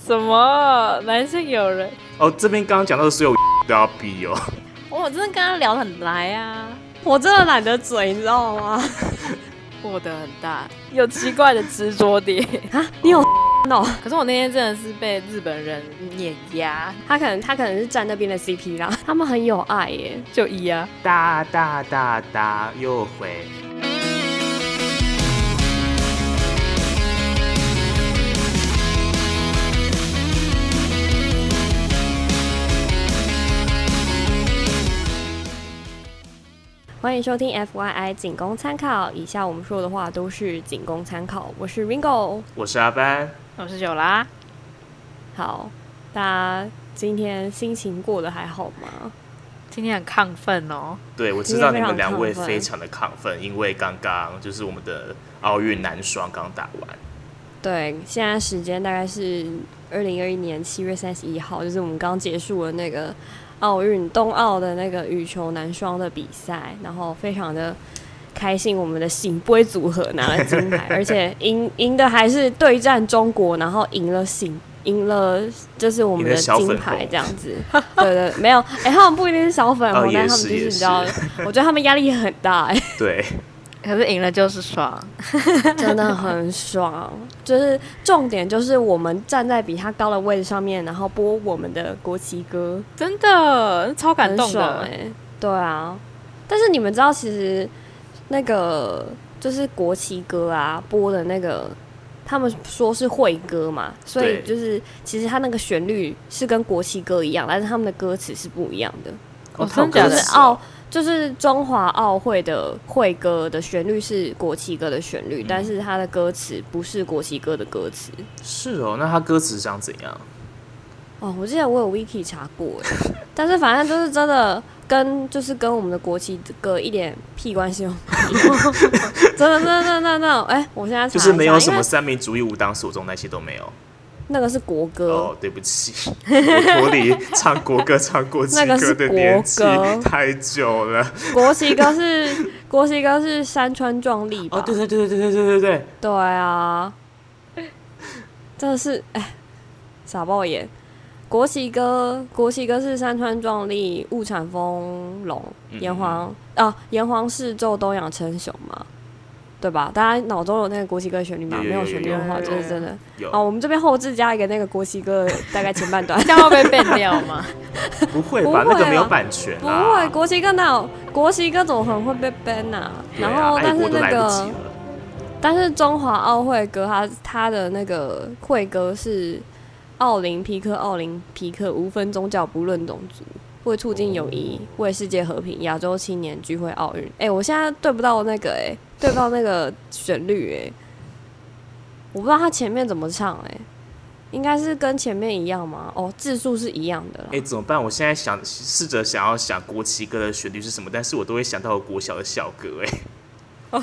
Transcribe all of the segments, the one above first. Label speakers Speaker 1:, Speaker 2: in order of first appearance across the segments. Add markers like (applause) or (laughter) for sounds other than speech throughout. Speaker 1: 什么男性友人？
Speaker 2: 哦，这边刚刚讲到的所有 (laughs) 都要逼哦，
Speaker 1: 我真的跟他聊得很来啊，
Speaker 3: 我真的懒得嘴，你知道吗？
Speaker 1: 获得很大，有奇怪的执着点。
Speaker 3: 啊，
Speaker 2: (laughs)
Speaker 3: 你有哦？
Speaker 1: (laughs) 可是我那天真的是被日本人碾压，
Speaker 3: 他可能他可能是站那边的 CP 啦，他们很有爱耶。
Speaker 1: 就一啊，
Speaker 2: 哒哒哒哒又回。
Speaker 3: 欢迎收听 FYI 仅供参考，以下我们说的话都是仅供参考。我是 Ringo，
Speaker 2: 我是阿班，
Speaker 1: 我是九啦，
Speaker 3: 好，大家今天心情过得还好吗？
Speaker 1: 今天很亢奋哦，
Speaker 2: 对我知道你
Speaker 3: 今天非常
Speaker 2: 们两位
Speaker 3: 亢奋
Speaker 2: 非常的亢奋，因为刚刚就是我们的奥运男双刚打完，
Speaker 3: 对，现在时间大概是二零二一年七月三十一号，就是我们刚结束了那个奥运冬奥的那个羽球男双的比赛，然后非常的开心，我们的醒杯组合拿了金牌，而且赢赢的还是对战中国，然后赢了醒。赢了，就是我们
Speaker 2: 赢
Speaker 3: 的
Speaker 2: 了小粉
Speaker 3: 金
Speaker 2: 红
Speaker 3: 牌这样子，对对，没有，哎、他们不一定是小粉
Speaker 2: (laughs)
Speaker 3: 红，
Speaker 2: 哦也
Speaker 3: 但他们
Speaker 2: 是
Speaker 3: 就是
Speaker 2: 也
Speaker 3: 你知道，我觉得他们压力也很大、哎。
Speaker 2: 对，
Speaker 1: 可是赢了就是爽， (laughs)
Speaker 3: 真的很爽。就是重点就是我们站在比他高的位置上面，然后播我们的国旗歌，
Speaker 1: 真的超感动
Speaker 3: 很爽
Speaker 1: 的
Speaker 3: 哎、。对啊，但是你们知道，其实那个就是国旗歌啊播的那个。他们说是会歌嘛，所以
Speaker 2: 对
Speaker 3: 就是其实它那个旋律是跟国旗歌一样，但是他们的歌词是不一样的。
Speaker 1: 哦
Speaker 2: 他
Speaker 1: 真
Speaker 2: 有
Speaker 1: 的假的
Speaker 2: 歌
Speaker 3: 就是
Speaker 2: 词
Speaker 3: 奥，就是中华奥会的会歌的旋律是国旗歌的旋律，
Speaker 2: 嗯
Speaker 3: 但是它的歌词不是国旗歌的歌词。
Speaker 2: 是哦，那他歌词长怎样？
Speaker 3: 哦，我记得我有 wiki 查过哎， (laughs) 但是反正就是真的跟就是跟我们的国旗歌一点屁关系都没有， (laughs) 真的真的真的真的哎、我现在查
Speaker 2: 就
Speaker 3: 一
Speaker 2: 是
Speaker 3: 下
Speaker 2: 没有什
Speaker 3: 因
Speaker 2: 么
Speaker 3: 为
Speaker 2: 三民主义、武当所中那些都没有。
Speaker 3: 那个是国歌。
Speaker 2: 哦，对不起，我脱离唱国歌、唱国旗
Speaker 3: (laughs) 那个
Speaker 2: 歌
Speaker 3: 是
Speaker 2: 的
Speaker 3: 国
Speaker 2: 年纪
Speaker 3: 歌
Speaker 2: 太久了。
Speaker 3: 国旗歌是 (laughs) 国旗歌是山川壮丽吧？
Speaker 2: 哦，对对对对对对对对，(laughs)
Speaker 3: 对啊，真的是哎，傻爆眼。国旗歌，国旗歌是山川壮丽，物产丰隆，
Speaker 2: 嗯
Speaker 3: 炎黄啊，炎黄示昼，东阳称雄嘛，对吧？大家脑中有那个国旗歌旋律吗？
Speaker 2: 有有
Speaker 3: 没有旋律的话，
Speaker 1: 有有有
Speaker 3: 就是真的。
Speaker 2: 有、
Speaker 3: 哦，我们这边后置加一个那个国旗歌，大概前半
Speaker 2: (laughs)
Speaker 3: 段。
Speaker 1: 这样会被变掉吗？
Speaker 2: 不会
Speaker 3: 不
Speaker 2: 吧？那
Speaker 3: 会
Speaker 2: 个没有
Speaker 3: 啊
Speaker 2: 版权
Speaker 3: 不
Speaker 2: 啦
Speaker 3: 会，国旗歌哪有？国旗歌怎么可能会被 ban 啊？
Speaker 2: 对
Speaker 3: 然
Speaker 2: 啊，
Speaker 3: 后，
Speaker 2: 爱
Speaker 3: 但
Speaker 2: 国
Speaker 3: 是
Speaker 2: 都
Speaker 3: 那
Speaker 2: 来不及
Speaker 3: 个，
Speaker 2: 了。
Speaker 3: 但是中华奥会歌它它的那个会歌是奥林匹克奥林匹克无分宗教不论种族，为促进友谊，
Speaker 2: 哦
Speaker 3: 为世界和平，亚洲青年聚会奥运。哎、我现在对不到那个哎、对不到那个旋律哎、我不知道它前面怎么唱哎、应该是跟前面一样吗？哦，字数是一样的啦。
Speaker 2: 哎、怎么办？我现在想试着想要想国旗歌的旋律是什么，但是我都会想到我国小的校歌、哎，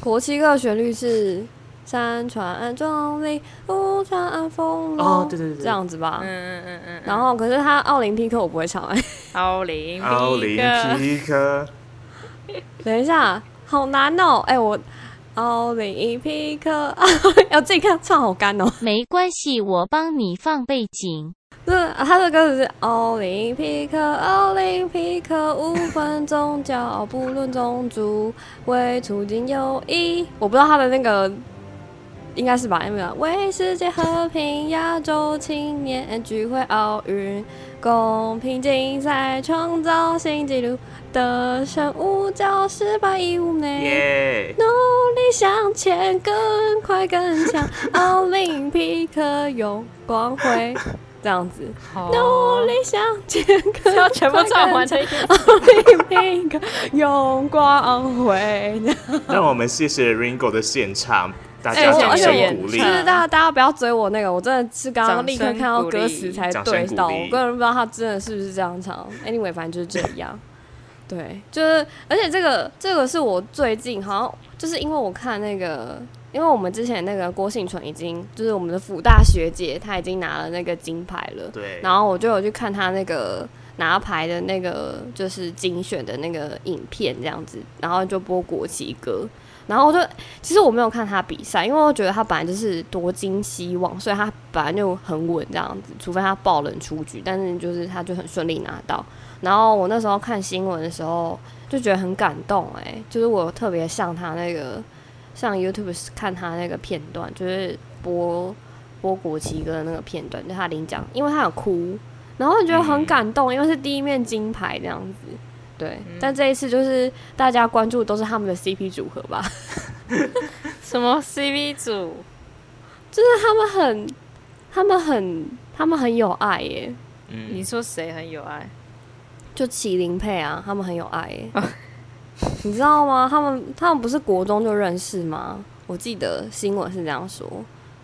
Speaker 3: 国旗歌的旋律是山川壮丽，五常丰隆。
Speaker 2: 哦对对对对
Speaker 3: 这样子吧。
Speaker 1: 嗯嗯嗯嗯。
Speaker 3: 然后可是他奥林匹克我不会唱 (laughs) 哎、
Speaker 1: (laughs) 奥林匹克
Speaker 2: 奥林匹克，
Speaker 3: 等一下，好难哦、哎、我奥林匹克， (laughs) 要自己看唱好干哦、
Speaker 4: 没关系，我帮你放背景。
Speaker 3: 这他的歌词是奥林匹克，奥林匹克无分宗教，不论种族，为促进友谊。我不知道他的那个应该是吧？有没有为世界和平，亚洲青年聚会奥运，公平竞赛，创造新纪录，得胜五角失败一无内。
Speaker 2: 耶、
Speaker 3: 努力向前，更快更强，奥林匹克有光辉，这样子。努
Speaker 1: 努力，
Speaker 3: 力向前，更 (laughs)
Speaker 1: 要全部唱完
Speaker 3: 才
Speaker 1: 才
Speaker 2: (laughs)
Speaker 1: 可以。
Speaker 3: 拼个勇光辉。
Speaker 2: 让我们谢谢 Ringo 的现场，大
Speaker 3: 哎
Speaker 2: 家
Speaker 3: 我
Speaker 2: 掌
Speaker 3: 而且
Speaker 2: 声
Speaker 3: 我
Speaker 2: 鼓
Speaker 3: 其
Speaker 2: 励。
Speaker 3: 实大家大家不要追我那个，我真的是刚刚立刻
Speaker 1: 掌声
Speaker 3: 看到
Speaker 1: 鼓
Speaker 3: 歌
Speaker 1: 励
Speaker 3: 词才
Speaker 2: 掌声
Speaker 3: 对到，
Speaker 2: 鼓
Speaker 3: 我
Speaker 2: 励
Speaker 3: 根本不知道他真的是不是这样唱。Anyway，反正就是这样。对，就是而且这个这个是我最近好像就是因为我看那个。因为我们之前那个郭幸存已经就是我们的辅大学姐，她已经拿了那个金牌了。
Speaker 2: 对，
Speaker 3: 然后我就有去看他那个拿牌的那个就是精选的那个影片这样子，然后就播国旗歌，然后我就其实我没有看他比赛，因为我觉得他本来就是夺金希望，所以他本来就很稳这样子，除非他爆冷出局，但是就是他就很顺利拿到。然后我那时候看新闻的时候就觉得很感动、欸，哎，就是我特别上他那个上 YouTube 看他那个片段，就是播播国旗歌的那个片段，就他领奖，因为他有哭，然后我觉得很感动，因为是第一面金牌这样子。对，但这一次就是大家关注都是他们的 CP 组合吧， (laughs)
Speaker 1: 什么 CV 组？
Speaker 3: 他们很，他们很，他们很有爱耶，
Speaker 2: 嗯
Speaker 1: 你，说谁很有爱？
Speaker 3: 就麒麟配啊，他们很有爱耶， (laughs) 你知道吗？他们他们不是国中就认识吗？我记得新闻是这样说，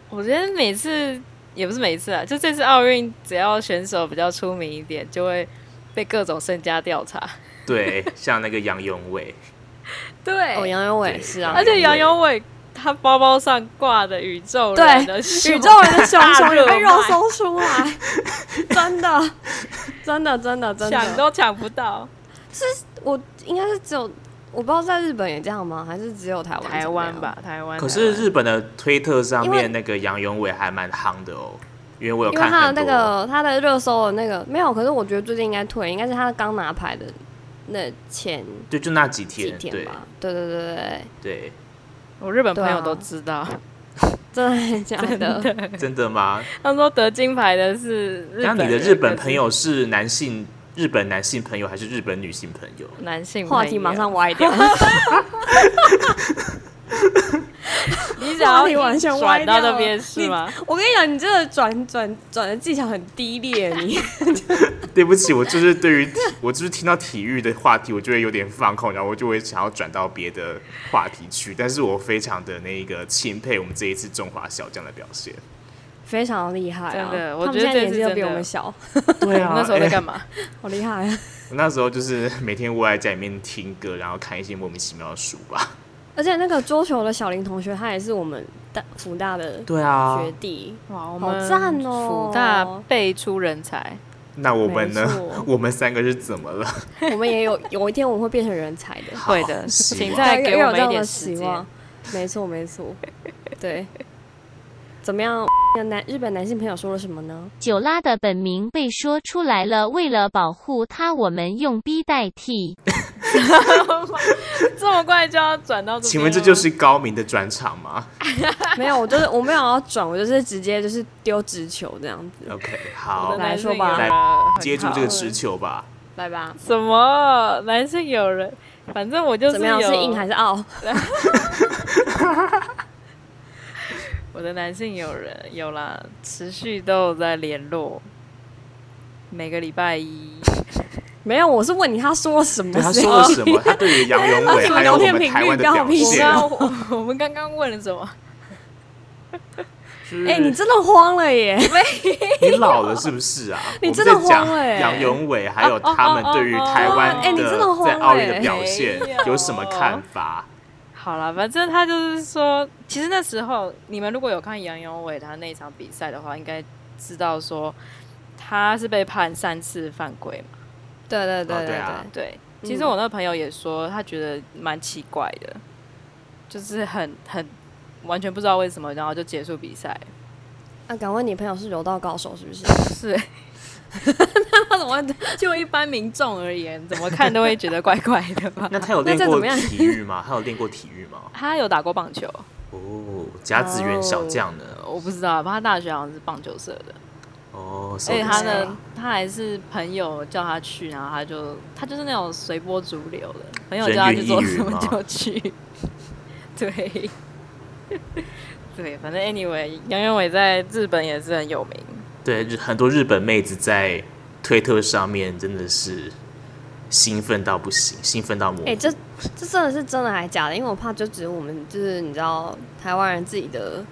Speaker 1: 我觉得每次也不是每次啊，就这次奥运，只要选手比较出名一点，就会被各种身家调查。
Speaker 2: 对，像那个杨永
Speaker 3: (laughs)
Speaker 2: 伟，
Speaker 1: 对
Speaker 3: 哦，杨永伟
Speaker 2: 对
Speaker 3: 是啊
Speaker 1: 而，且杨永伟他包包上挂的宇宙人的
Speaker 3: 宇
Speaker 1: 宇
Speaker 3: 宙人的熊熊也被肉
Speaker 1: 大
Speaker 3: 搜
Speaker 1: (laughs)
Speaker 3: 出来，真的，真的，真的，真
Speaker 1: 抢
Speaker 3: 的，
Speaker 1: 都抢不
Speaker 2: (laughs)
Speaker 1: 到。
Speaker 3: 我应该是只有。我不知道在日本也这样吗？还是只有台湾？啊
Speaker 1: 台湾，
Speaker 2: (laughs)
Speaker 1: 吧，台湾。
Speaker 2: 可是日本的推特上
Speaker 3: 因为
Speaker 2: 面那个杨永伟还蛮夯的哦，因为我有
Speaker 3: 因为
Speaker 2: 看
Speaker 3: 他的
Speaker 2: 很
Speaker 3: 那
Speaker 2: 多。
Speaker 3: 个他的热搜的那个没有，可是我觉得最近应该退，应该是他刚拿牌的那前
Speaker 2: 对，就那几
Speaker 3: 几
Speaker 2: 天，
Speaker 3: 天吧。对对对对对，
Speaker 2: 对
Speaker 1: 我日本
Speaker 3: 对啊
Speaker 1: 朋友都知道，
Speaker 3: 啊真的假
Speaker 1: (laughs)
Speaker 3: 的？
Speaker 2: 对，真的吗？
Speaker 1: 他说得金牌的是日
Speaker 2: 那
Speaker 1: 本人。
Speaker 2: 你的日本
Speaker 1: 可是
Speaker 2: 朋友是男性日本男性朋友还是日本女性朋友？ (laughs)
Speaker 1: 男性朋友
Speaker 3: 话题马上
Speaker 1: (laughs)
Speaker 3: 歪掉，
Speaker 1: 你想要
Speaker 3: 话题完全
Speaker 1: 转
Speaker 3: 歪掉
Speaker 1: 到
Speaker 3: 了
Speaker 1: 那边是吗？
Speaker 3: (laughs) 我跟你讲，你这个转转转的技巧很低劣，
Speaker 1: (laughs)
Speaker 3: 你
Speaker 2: 对不起，我就是对于我就是听到体育的话题，我就会有点放空，然后我就会想要转到别的话题去。但是我非常的那个钦佩我们这一次中华小将的表
Speaker 1: (laughs)
Speaker 2: 现。
Speaker 3: 非常厉害啊！
Speaker 1: 真的我
Speaker 3: 他们
Speaker 1: 觉得
Speaker 3: 现
Speaker 1: 这
Speaker 3: 在年
Speaker 1: 次
Speaker 3: 纪都比
Speaker 1: 真
Speaker 3: 我
Speaker 1: 的
Speaker 3: 们小，
Speaker 2: 对啊哎
Speaker 1: 我们 (laughs) 那时候在干
Speaker 2: 嘛？
Speaker 1: 嘛？
Speaker 3: 好厉害啊！
Speaker 2: 我那时候就是每天窝在家里面听歌，然后看一些莫名其妙的书吧。
Speaker 3: 而且那个桌球的小林同学，他也是我们大福大的
Speaker 2: 对啊
Speaker 3: 学弟，
Speaker 1: 哇，我
Speaker 3: 好
Speaker 1: 们
Speaker 3: 赞哦
Speaker 1: 福大辈出人才，
Speaker 2: 那我们
Speaker 3: 没
Speaker 2: 呢
Speaker 3: 错？
Speaker 2: (laughs) 我们三个是怎么了？
Speaker 1: 啊
Speaker 3: 我们也有有一天我们会变成人才的。啊
Speaker 1: 会的，
Speaker 2: 希望
Speaker 1: 请再啊给我
Speaker 3: 有这
Speaker 1: 们一
Speaker 3: 样
Speaker 1: 点
Speaker 3: 的
Speaker 1: 时
Speaker 3: 希
Speaker 1: 间
Speaker 3: 望。。没错，没错，对。怎么样？男日本男性朋友说了什么
Speaker 4: (laughs)
Speaker 3: 呢？
Speaker 4: 九拉的本名被说出来了，为了保护他，我们用 B 代替。
Speaker 1: 这么快就要转到这边了吗？
Speaker 2: 请问这就是高明的专场吗
Speaker 3: 没有，我就是我没有要转，我就是直接就是丢直球这样子。
Speaker 2: ？OK，
Speaker 1: 我
Speaker 2: 好
Speaker 1: 的，
Speaker 3: 来
Speaker 1: 男性
Speaker 3: 说吧
Speaker 1: 友人
Speaker 2: 来
Speaker 1: 很好
Speaker 2: 接住这个直球吧。
Speaker 3: 来吧，
Speaker 1: 什么男性友人？反正我就是
Speaker 3: 怎么样？
Speaker 1: 有
Speaker 3: 是硬还是傲？
Speaker 1: 我的男性友人有啦，持续都有在联络，每个礼拜一。
Speaker 3: 没有，我是问你他说了什么？
Speaker 2: 对他
Speaker 3: 谁
Speaker 2: 说了什么？他对于杨永伟
Speaker 3: 哦 (laughs) 他
Speaker 2: 还有我
Speaker 3: 聊天
Speaker 2: 们
Speaker 3: 频
Speaker 2: 台
Speaker 3: 率
Speaker 2: 湾的
Speaker 3: 刚好啊
Speaker 2: 表
Speaker 3: 屁
Speaker 1: 我
Speaker 3: 事
Speaker 2: 现
Speaker 1: 刚，刚
Speaker 2: (laughs)
Speaker 1: 我我们刚刚问了什么？
Speaker 2: 就是
Speaker 3: (laughs) 哎、你真的慌了耶！
Speaker 2: 你老了是不是啊？
Speaker 3: (laughs) 你
Speaker 2: 我们
Speaker 3: 真的
Speaker 2: 在讲
Speaker 3: 慌了欸哦
Speaker 2: 杨永伟还有他们对于台湾
Speaker 3: 哦哦哦哦哦哎你真的慌
Speaker 2: 在奥运的
Speaker 3: 欸
Speaker 2: 表现
Speaker 1: 没有
Speaker 2: 有什么看法？
Speaker 1: 好啦，反正他就是说，其实那时候你们如果有看杨永伟他那一场比赛的话，应该知道说他是被判三次犯规嘛。
Speaker 3: 对对对
Speaker 2: 哦对啊
Speaker 1: 对，其实我那个朋友也说，他觉得蛮奇怪的，就是很很完全不知道为什么，然后就结束比赛。
Speaker 3: 那啊敢问你朋友是柔道高手是不是？
Speaker 1: 是， (laughs) 那他怎么就一般民众而言，怎么看都会觉得怪怪的吧
Speaker 2: 那？他有练
Speaker 3: 那这
Speaker 2: 过
Speaker 3: 怎么样
Speaker 2: 体育吗？他有练过体育吗？
Speaker 1: 他有打过棒球，
Speaker 2: (laughs) 哦，甲子园小将呢？
Speaker 1: 我不知道，他大学好像是棒球社的，
Speaker 2: 哦，
Speaker 1: 而且他
Speaker 2: 的
Speaker 1: 的他还是朋友叫他去，然后他就他就是那种随波逐流的，朋友
Speaker 2: 人
Speaker 1: 叫他
Speaker 2: 云
Speaker 1: 去
Speaker 2: 亦
Speaker 1: 做
Speaker 2: 云
Speaker 1: 什么
Speaker 2: 吗
Speaker 1: 就去，对， (laughs) 对，反正 anyway，杨永伟在日本也是很有名，
Speaker 2: 对日很多日本妹子在推特上面真的是兴奋到不行，兴奋到模糊。
Speaker 3: 哎、这这真的是真的还假的？因为我怕就只是我们就是你知道台湾人自己的，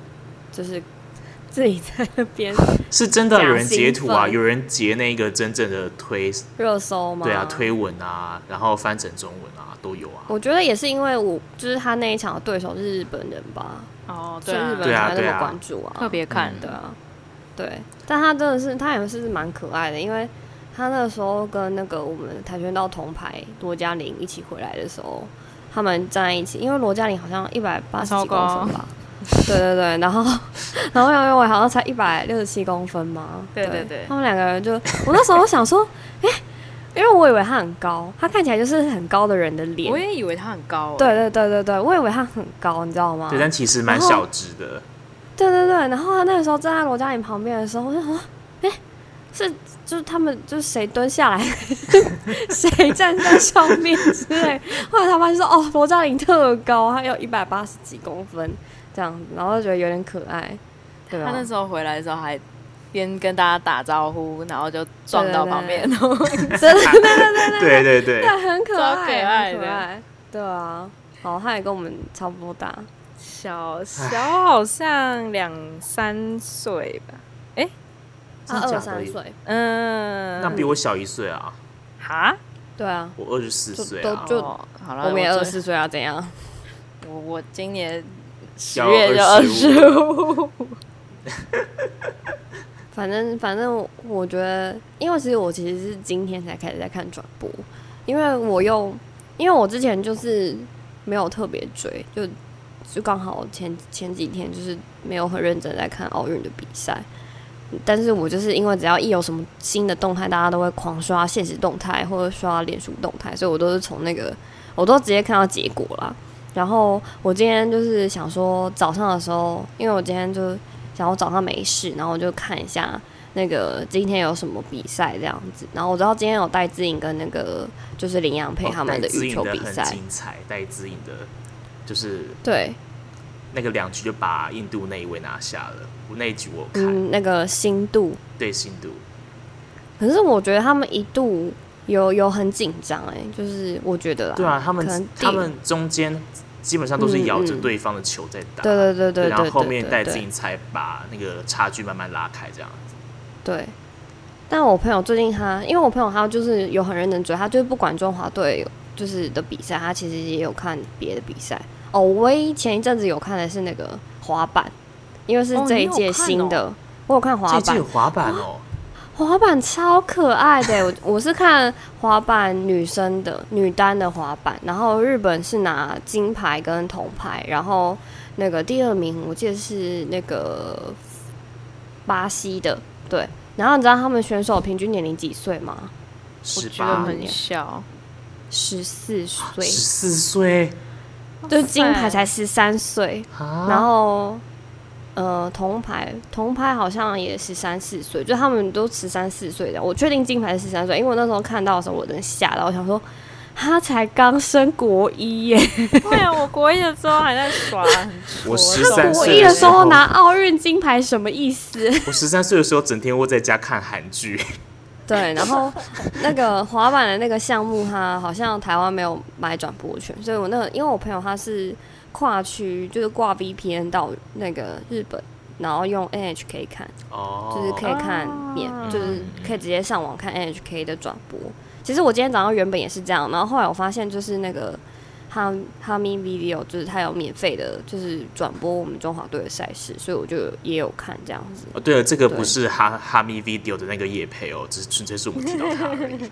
Speaker 3: 就是自己在那
Speaker 2: (laughs)
Speaker 3: 边
Speaker 2: 是真的有人
Speaker 3: 假兴
Speaker 2: 截图啊，
Speaker 3: 奋
Speaker 2: 有人截那个真正的推，
Speaker 3: 热搜吗？
Speaker 2: 对啊，推文啊，然后翻成中文啊，都有啊。
Speaker 3: 我觉得也是因为我就是他那一场的对手是日本人吧，
Speaker 1: 哦，
Speaker 3: 所以日本
Speaker 2: 对
Speaker 3: 人
Speaker 2: 啊
Speaker 3: 才会那
Speaker 2: 对啊
Speaker 3: 么关注啊。
Speaker 1: 特别看
Speaker 3: 对啊，对，但他真的是他也是蛮可爱的，因为他那个时候跟那个我们跆拳道铜牌罗嘉玲一起回来的时候，他们站在一起，因为罗嘉玲好像一百八十
Speaker 1: 超
Speaker 3: 几公
Speaker 1: 高啊
Speaker 3: 分吧。对对对，
Speaker 1: (laughs)
Speaker 3: 然后然后杨永伟好像才一百六十七公分嘛。
Speaker 1: 对对对
Speaker 3: 他们两个人就，我那时候想说，哎、因为我以为他很高，他看起来就是很高的人的脸
Speaker 1: 我。也以为他很高、欸，
Speaker 3: 对对对对对，我以为他很高，你知道吗？
Speaker 2: 对，但其实蛮
Speaker 3: 然后
Speaker 2: 小只的，
Speaker 3: 对对对，然后他那个时候站在罗嘉玲旁边的时候，我就想说，哎、是就是他们就是谁蹲下来， (laughs) 谁站在上面之类。后来他发现说，哦，罗嘉玲特高，她有一百八十几公分这样，然后就觉得有点可爱，对
Speaker 1: 他
Speaker 3: 吧
Speaker 1: 那？时候回来的时候还边跟大家打招呼，然后就撞到旁边，然后
Speaker 3: 真的
Speaker 2: 对 (laughs) 对
Speaker 3: 对对对
Speaker 2: 对，
Speaker 3: (laughs) 对，很可
Speaker 1: 超
Speaker 3: 爱，
Speaker 1: 可爱
Speaker 3: 很可
Speaker 1: 的
Speaker 3: 爱，对啊。好，他也跟我们差不多大，
Speaker 1: 小小好像两三岁吧，
Speaker 3: 他
Speaker 2: 真的
Speaker 3: 二
Speaker 2: 假的
Speaker 3: 三，岁，
Speaker 1: 嗯，
Speaker 2: 那比我小一岁啊，
Speaker 1: 哈，
Speaker 3: 对啊，
Speaker 2: 我二十四
Speaker 3: 就
Speaker 2: 岁
Speaker 3: 都
Speaker 2: 啊，
Speaker 3: 就
Speaker 1: 哦好了，
Speaker 3: 我们也
Speaker 1: 最
Speaker 3: 二十，四岁啊，怎样？
Speaker 1: 我我今年十
Speaker 2: 要
Speaker 1: 月就二
Speaker 2: 25
Speaker 1: 十五，
Speaker 3: 反正反正，我觉得，因为其实我其实是今天才开始在看转播，因为我又因为我之前就是没有特别追，就就刚好前前几天就是没有很认真在看奥运的比赛，但是我就是因为只要一有什么新的动态，大家都会狂刷现实动态或者刷脸书动态，所以我都是从那个我都直接看到结果啦。然后我今天就是想说早上的时候，因为我今天就想我早上没事，然后我就看一下那个今天有什么比赛这样子。然后我知道今天有戴资颖跟那个就是林洋配
Speaker 2: 哦
Speaker 3: 他们
Speaker 2: 戴
Speaker 3: 的
Speaker 2: 资
Speaker 3: 羽
Speaker 2: 颖
Speaker 3: 球
Speaker 2: 的
Speaker 3: 比
Speaker 2: 很
Speaker 3: 赛，
Speaker 2: 精彩，戴资颖的，就是
Speaker 3: 对，
Speaker 2: 那个两局就把印度那一位拿下了，我那一局我有看，
Speaker 3: 嗯，那个新度。
Speaker 2: 对印度，
Speaker 3: 可是我觉得他们一度有有很紧张哎，就是我觉得啦，
Speaker 2: 对啊，他
Speaker 3: 可能
Speaker 2: 们
Speaker 3: 第
Speaker 2: 他们中间基本上都是咬着
Speaker 3: 嗯嗯
Speaker 2: 对方的球在打，
Speaker 3: 对对对对对，
Speaker 2: 然后后
Speaker 3: 对
Speaker 2: 面
Speaker 3: 对
Speaker 2: 戴
Speaker 3: 对
Speaker 2: 资颖才把那个差距慢慢拉开，这样子。
Speaker 3: 对。但我朋友最近他，因为我朋友他就是有很认真追，他就是不管中华队就是的比赛，他其实也有看别的比赛。哦，我唯一前一阵子有看的是那个滑板，因为是
Speaker 1: 哦
Speaker 3: 这
Speaker 1: 你
Speaker 3: 一
Speaker 1: 有
Speaker 3: 届
Speaker 1: 看
Speaker 3: 新
Speaker 1: 哦
Speaker 3: 的，我有看滑
Speaker 2: 这一届
Speaker 3: 板
Speaker 2: 有，滑板哦，
Speaker 3: 滑板超可爱的欸、我我是看滑板女生的女单的滑板，然后日本是拿金牌跟铜牌，然后那个第二名我记得是那个巴西的，对。然后你知道他们选手平均年龄几岁吗？
Speaker 1: 我
Speaker 2: 十
Speaker 1: 觉得
Speaker 2: 八、
Speaker 1: 很小，
Speaker 3: 十四岁，
Speaker 2: 十四岁
Speaker 3: 就是金牌才十三岁，
Speaker 2: 啊，
Speaker 3: 然后呃铜牌铜牌好像也十三四岁，就他们都十三四岁的。我确定金牌是十三岁，因为我那时候看到的时候我真的吓到，我想说他才刚升国一耶，
Speaker 1: 对啊，我国一的时候还在耍，很挫
Speaker 2: 我13
Speaker 1: 折
Speaker 2: 三
Speaker 3: 国
Speaker 2: 岁
Speaker 3: 一的
Speaker 2: 的
Speaker 3: 时
Speaker 2: 时
Speaker 3: 候
Speaker 2: 候
Speaker 3: 拿奥运金牌什么意思？
Speaker 2: 我十三岁的时候整天窝在家看韩剧，
Speaker 3: 对，然后那个滑板的那个项目，它好像台湾没有买转播权，所以我那个因为我朋友他是跨区，就是挂 VPN 到那个日本，然后用 NHK 看。
Speaker 2: 哦，
Speaker 3: 就是可以看免，
Speaker 1: 哦
Speaker 3: 就是可以直接上网看 NHK 的转播。其实我今天早上原本也是这样，然后后来我发现就是那个哈哈密 Video，就是它有免费的，就是转播我们中华队的赛事，所以我就也有看这样子。
Speaker 2: 哦，对了，这个不
Speaker 3: 对
Speaker 2: 是哈哈密 video 的那个叶配哦，只是纯粹是我们提到它而
Speaker 3: (laughs)
Speaker 2: 已。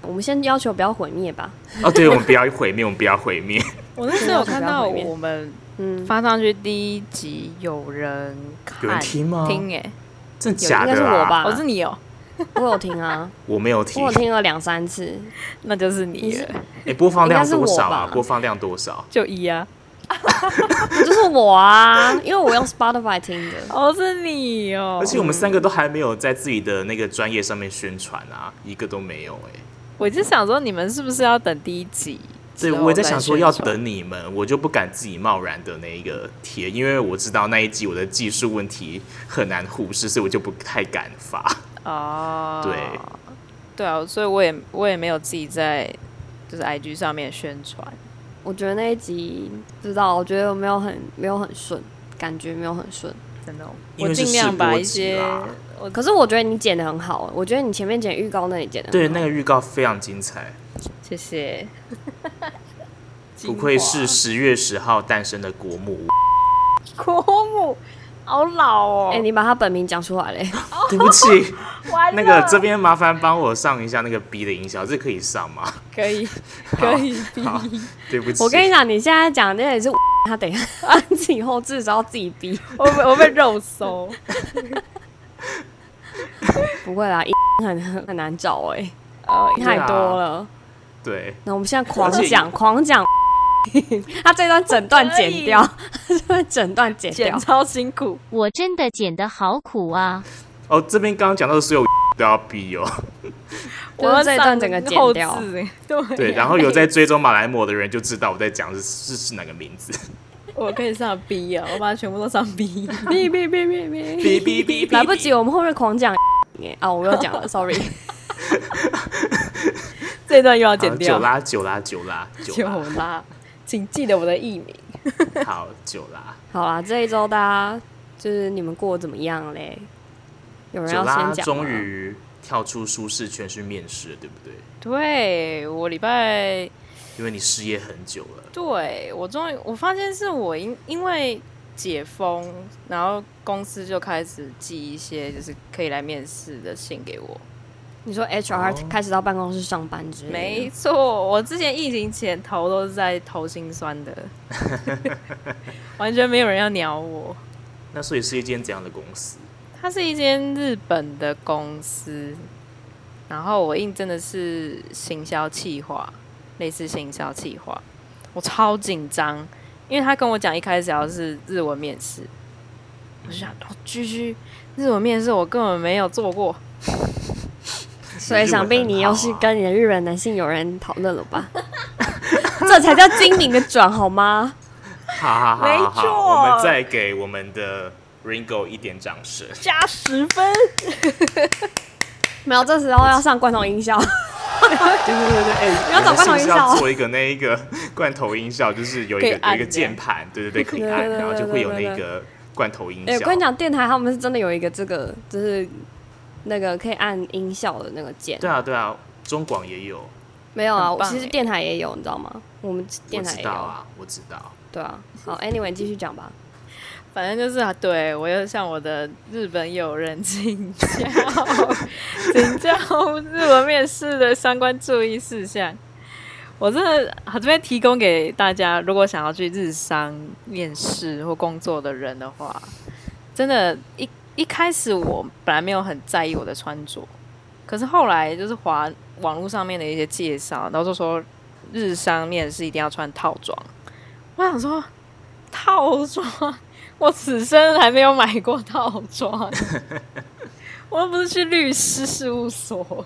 Speaker 3: 我们先要求不要毁灭吧，
Speaker 2: 哦，对，我们不要毁灭，我们不要毁灭。
Speaker 1: 我那时候有看到我们 (laughs)
Speaker 3: 嗯，
Speaker 1: 发上去第一集有人看，
Speaker 2: 有人听吗？
Speaker 1: 听哎、
Speaker 2: 真
Speaker 3: 有
Speaker 2: 假
Speaker 3: 应该是
Speaker 2: 的
Speaker 3: 我
Speaker 2: 啊？
Speaker 3: 吧
Speaker 1: 我、，是你哦、
Speaker 3: 我有听啊，
Speaker 2: 我没有听
Speaker 3: 我有。听了两三次，
Speaker 1: 那就是
Speaker 3: 你
Speaker 1: 你
Speaker 3: 是
Speaker 1: 了，
Speaker 2: 哎，播放量
Speaker 3: 应该是
Speaker 2: 多
Speaker 3: 我
Speaker 2: 少啊
Speaker 3: 吧？哦
Speaker 2: 播放量多少？
Speaker 1: 就一啊，
Speaker 3: 就是我啊，因为我用 Spotify 听的。
Speaker 1: 哦是你哦、
Speaker 2: 而且我们三个都还没有在自己的那个专业上面宣传啊，一个都没有哎。
Speaker 1: 我就想说你们是不是要等第一集？
Speaker 2: 对，
Speaker 1: 之后
Speaker 2: 我也在想说要
Speaker 1: 再宣传，
Speaker 2: 等你们，我就不敢自己贸然的那一个贴，因为我知道那一集我的技术问题很难忽视，所以我就不太敢发。
Speaker 1: 哦，
Speaker 2: 对，
Speaker 1: 对啊，所以我也我也没有自己在就是 IG 上面宣传，
Speaker 3: 我觉得那一集不知道，我觉得没有很没有很顺，感觉没有很顺。
Speaker 1: 真的哦，
Speaker 2: 因
Speaker 1: 我
Speaker 2: 为是
Speaker 1: 尽量把
Speaker 2: 试播
Speaker 1: 一
Speaker 2: 集
Speaker 1: 些
Speaker 2: 啦
Speaker 1: 我
Speaker 3: 可是我觉得你剪的很好，我觉得你前面剪预告那里剪的
Speaker 2: 对，那个预告非常精彩，
Speaker 1: 谢 (laughs) 谢，
Speaker 2: 不愧是
Speaker 1: 精
Speaker 2: 十月十号诞生的国母。
Speaker 1: 华国母好老哦
Speaker 3: 哎、你把他本名讲出
Speaker 2: (laughs)
Speaker 3: 来嘞，
Speaker 2: 对不起，
Speaker 1: 完
Speaker 2: 那个这边麻烦帮我上一下那个 B 的音效，这可以上吗？
Speaker 1: (laughs) 可
Speaker 2: (laughs)
Speaker 1: 以可以
Speaker 2: 好
Speaker 1: 逼，
Speaker 2: 对不起，
Speaker 3: 我跟你讲，你现在讲的也是， (laughs) 他等一下他自己后置的时候自己逼，
Speaker 1: 我被我被肉搜，
Speaker 3: 不会啦， (laughs) 很很难找哎、
Speaker 1: 呃，
Speaker 2: 对
Speaker 3: 太
Speaker 2: 啊
Speaker 3: 多了。
Speaker 2: 对，
Speaker 3: 那我们现在狂
Speaker 2: 而且
Speaker 3: 讲狂讲， (laughs) 他这段整段剪掉，他这段整段剪
Speaker 1: 剪
Speaker 3: 掉。
Speaker 1: 超辛苦，
Speaker 4: 我真的剪得好苦啊！
Speaker 2: 哦，这边刚刚讲到的所有都要 B 哦，
Speaker 3: 就是
Speaker 1: 我要
Speaker 3: 这一
Speaker 1: 上
Speaker 3: 段整个剪
Speaker 1: 后
Speaker 3: 掉
Speaker 1: 置欸对
Speaker 2: 对，
Speaker 1: 啊
Speaker 2: 然后有在追踪马来貘的人就知道我在讲是是是哪个名字，
Speaker 1: 我可以上 B 啊，我把它全部都上 B， (laughs)
Speaker 3: 哔哔哔哔哔，
Speaker 2: 哔 (laughs) 哔哔哔，
Speaker 3: (laughs) 来不及，我们后面狂讲。哎啊，我又
Speaker 2: (laughs)
Speaker 3: 讲了，sorry。
Speaker 1: 这段又要
Speaker 2: 好，
Speaker 1: 剪
Speaker 2: 九
Speaker 1: 掉。 (laughs)
Speaker 2: 拉九拉九拉九
Speaker 1: 九
Speaker 2: 拉，
Speaker 1: 拉，请记得我的艺名。
Speaker 2: 好九拉，
Speaker 3: 好啦，这一周大家就是你们过得怎么样嘞？有人
Speaker 2: 九
Speaker 3: 要先
Speaker 2: 拉
Speaker 3: 讲吗
Speaker 2: 终于跳出舒适圈去面试了，对不对？
Speaker 1: 对我礼拜，
Speaker 2: 因为你失业很久了，
Speaker 1: 对我终于我发现是我因因为解封，然后公司就开始寄一些就是可以来面试的信给我。
Speaker 3: 你说 HR
Speaker 2: 哦
Speaker 3: 开始到办公室上班之类的，
Speaker 1: 没错，我之前疫情前投都是在投心酸的， (laughs) 完全没有人要鸟我。
Speaker 2: 那所以是一间怎样的公司？
Speaker 1: 它是一间日本的公司，然后我应征的是行销企划，类似行销企划，我超紧张，因为他跟我讲一开始要是日文面试，我就想，我继续日文面试，我根本没有做过，
Speaker 3: 所以想必你又是
Speaker 2: 日文很好啊
Speaker 3: 跟你的日本男性友人讨论了吧？这才叫精明的转好吗？
Speaker 2: 好好好好
Speaker 1: 没错
Speaker 2: 好，我们再给我们的 Ringo 一点掌声。
Speaker 1: 加十分，
Speaker 3: 没有，这时候要上罐头音效。
Speaker 2: 对对对对，哎、
Speaker 3: 你要找
Speaker 2: 我们是不
Speaker 3: 罐头音
Speaker 2: 是
Speaker 3: 效
Speaker 2: 要
Speaker 3: 啊
Speaker 2: 做一个那一个罐头音效，就是有一
Speaker 1: 可以
Speaker 2: 个有
Speaker 1: 按
Speaker 2: 一个键盘，对对对，可以
Speaker 3: 对
Speaker 2: 按，
Speaker 3: 对对
Speaker 2: 然后就会有
Speaker 3: 对对
Speaker 2: 那个罐头音
Speaker 3: 哎、
Speaker 2: 效。
Speaker 3: 我跟你讲，电台他们是真的有一个这个，就是那个可以按音效的那个键。
Speaker 2: 对啊对啊，中广也有，
Speaker 3: 没有啊，
Speaker 1: 很
Speaker 3: 我
Speaker 1: 棒
Speaker 3: 其实
Speaker 1: 哎
Speaker 3: 电台也有，你知道吗？我们
Speaker 2: 我
Speaker 3: 电台
Speaker 2: 知
Speaker 3: 也
Speaker 2: 道
Speaker 3: 有。
Speaker 2: 啊，我知道。
Speaker 3: 对啊，好，Anyway，继续讲吧。
Speaker 1: 反正就是啊，对我又向我的日本友人请教，请教日文面试的相关注意事项。我真的好这边提供给大家，如果想要去日商面试或工作的人的话，真的，一一开始我本来没有很在意我的穿着，可是后来就是划网络上面的一些介绍，然后就说日商面试一定要穿套装。我想说，套装，我此生还没有买过套装，我又不是去律师事务所，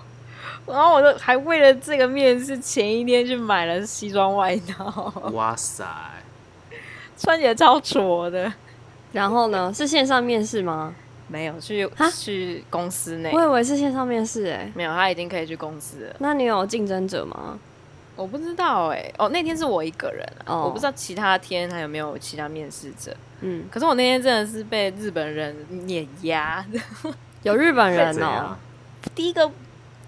Speaker 1: 然后我就还为了这个面试前一天去买了西装外套，
Speaker 2: 哇塞，
Speaker 1: 穿起来超挫的。
Speaker 3: 然后呢，是线上面试吗？
Speaker 1: 没有去
Speaker 3: 啊
Speaker 1: 去公司内
Speaker 3: 我，以为是线上面试哎、
Speaker 1: 没有，他已经可以去公司了。
Speaker 3: 那你有竞争者吗？
Speaker 1: 我不知道哎、哦，那天是我一个人、啊
Speaker 3: 哦
Speaker 1: 我不知道其他天还有没有其他面试者。
Speaker 3: 嗯，
Speaker 1: 可是我那天真的是被日本人碾压， (laughs)
Speaker 3: 有日本人
Speaker 2: 怎
Speaker 3: 哦
Speaker 2: 样、？
Speaker 1: 第一个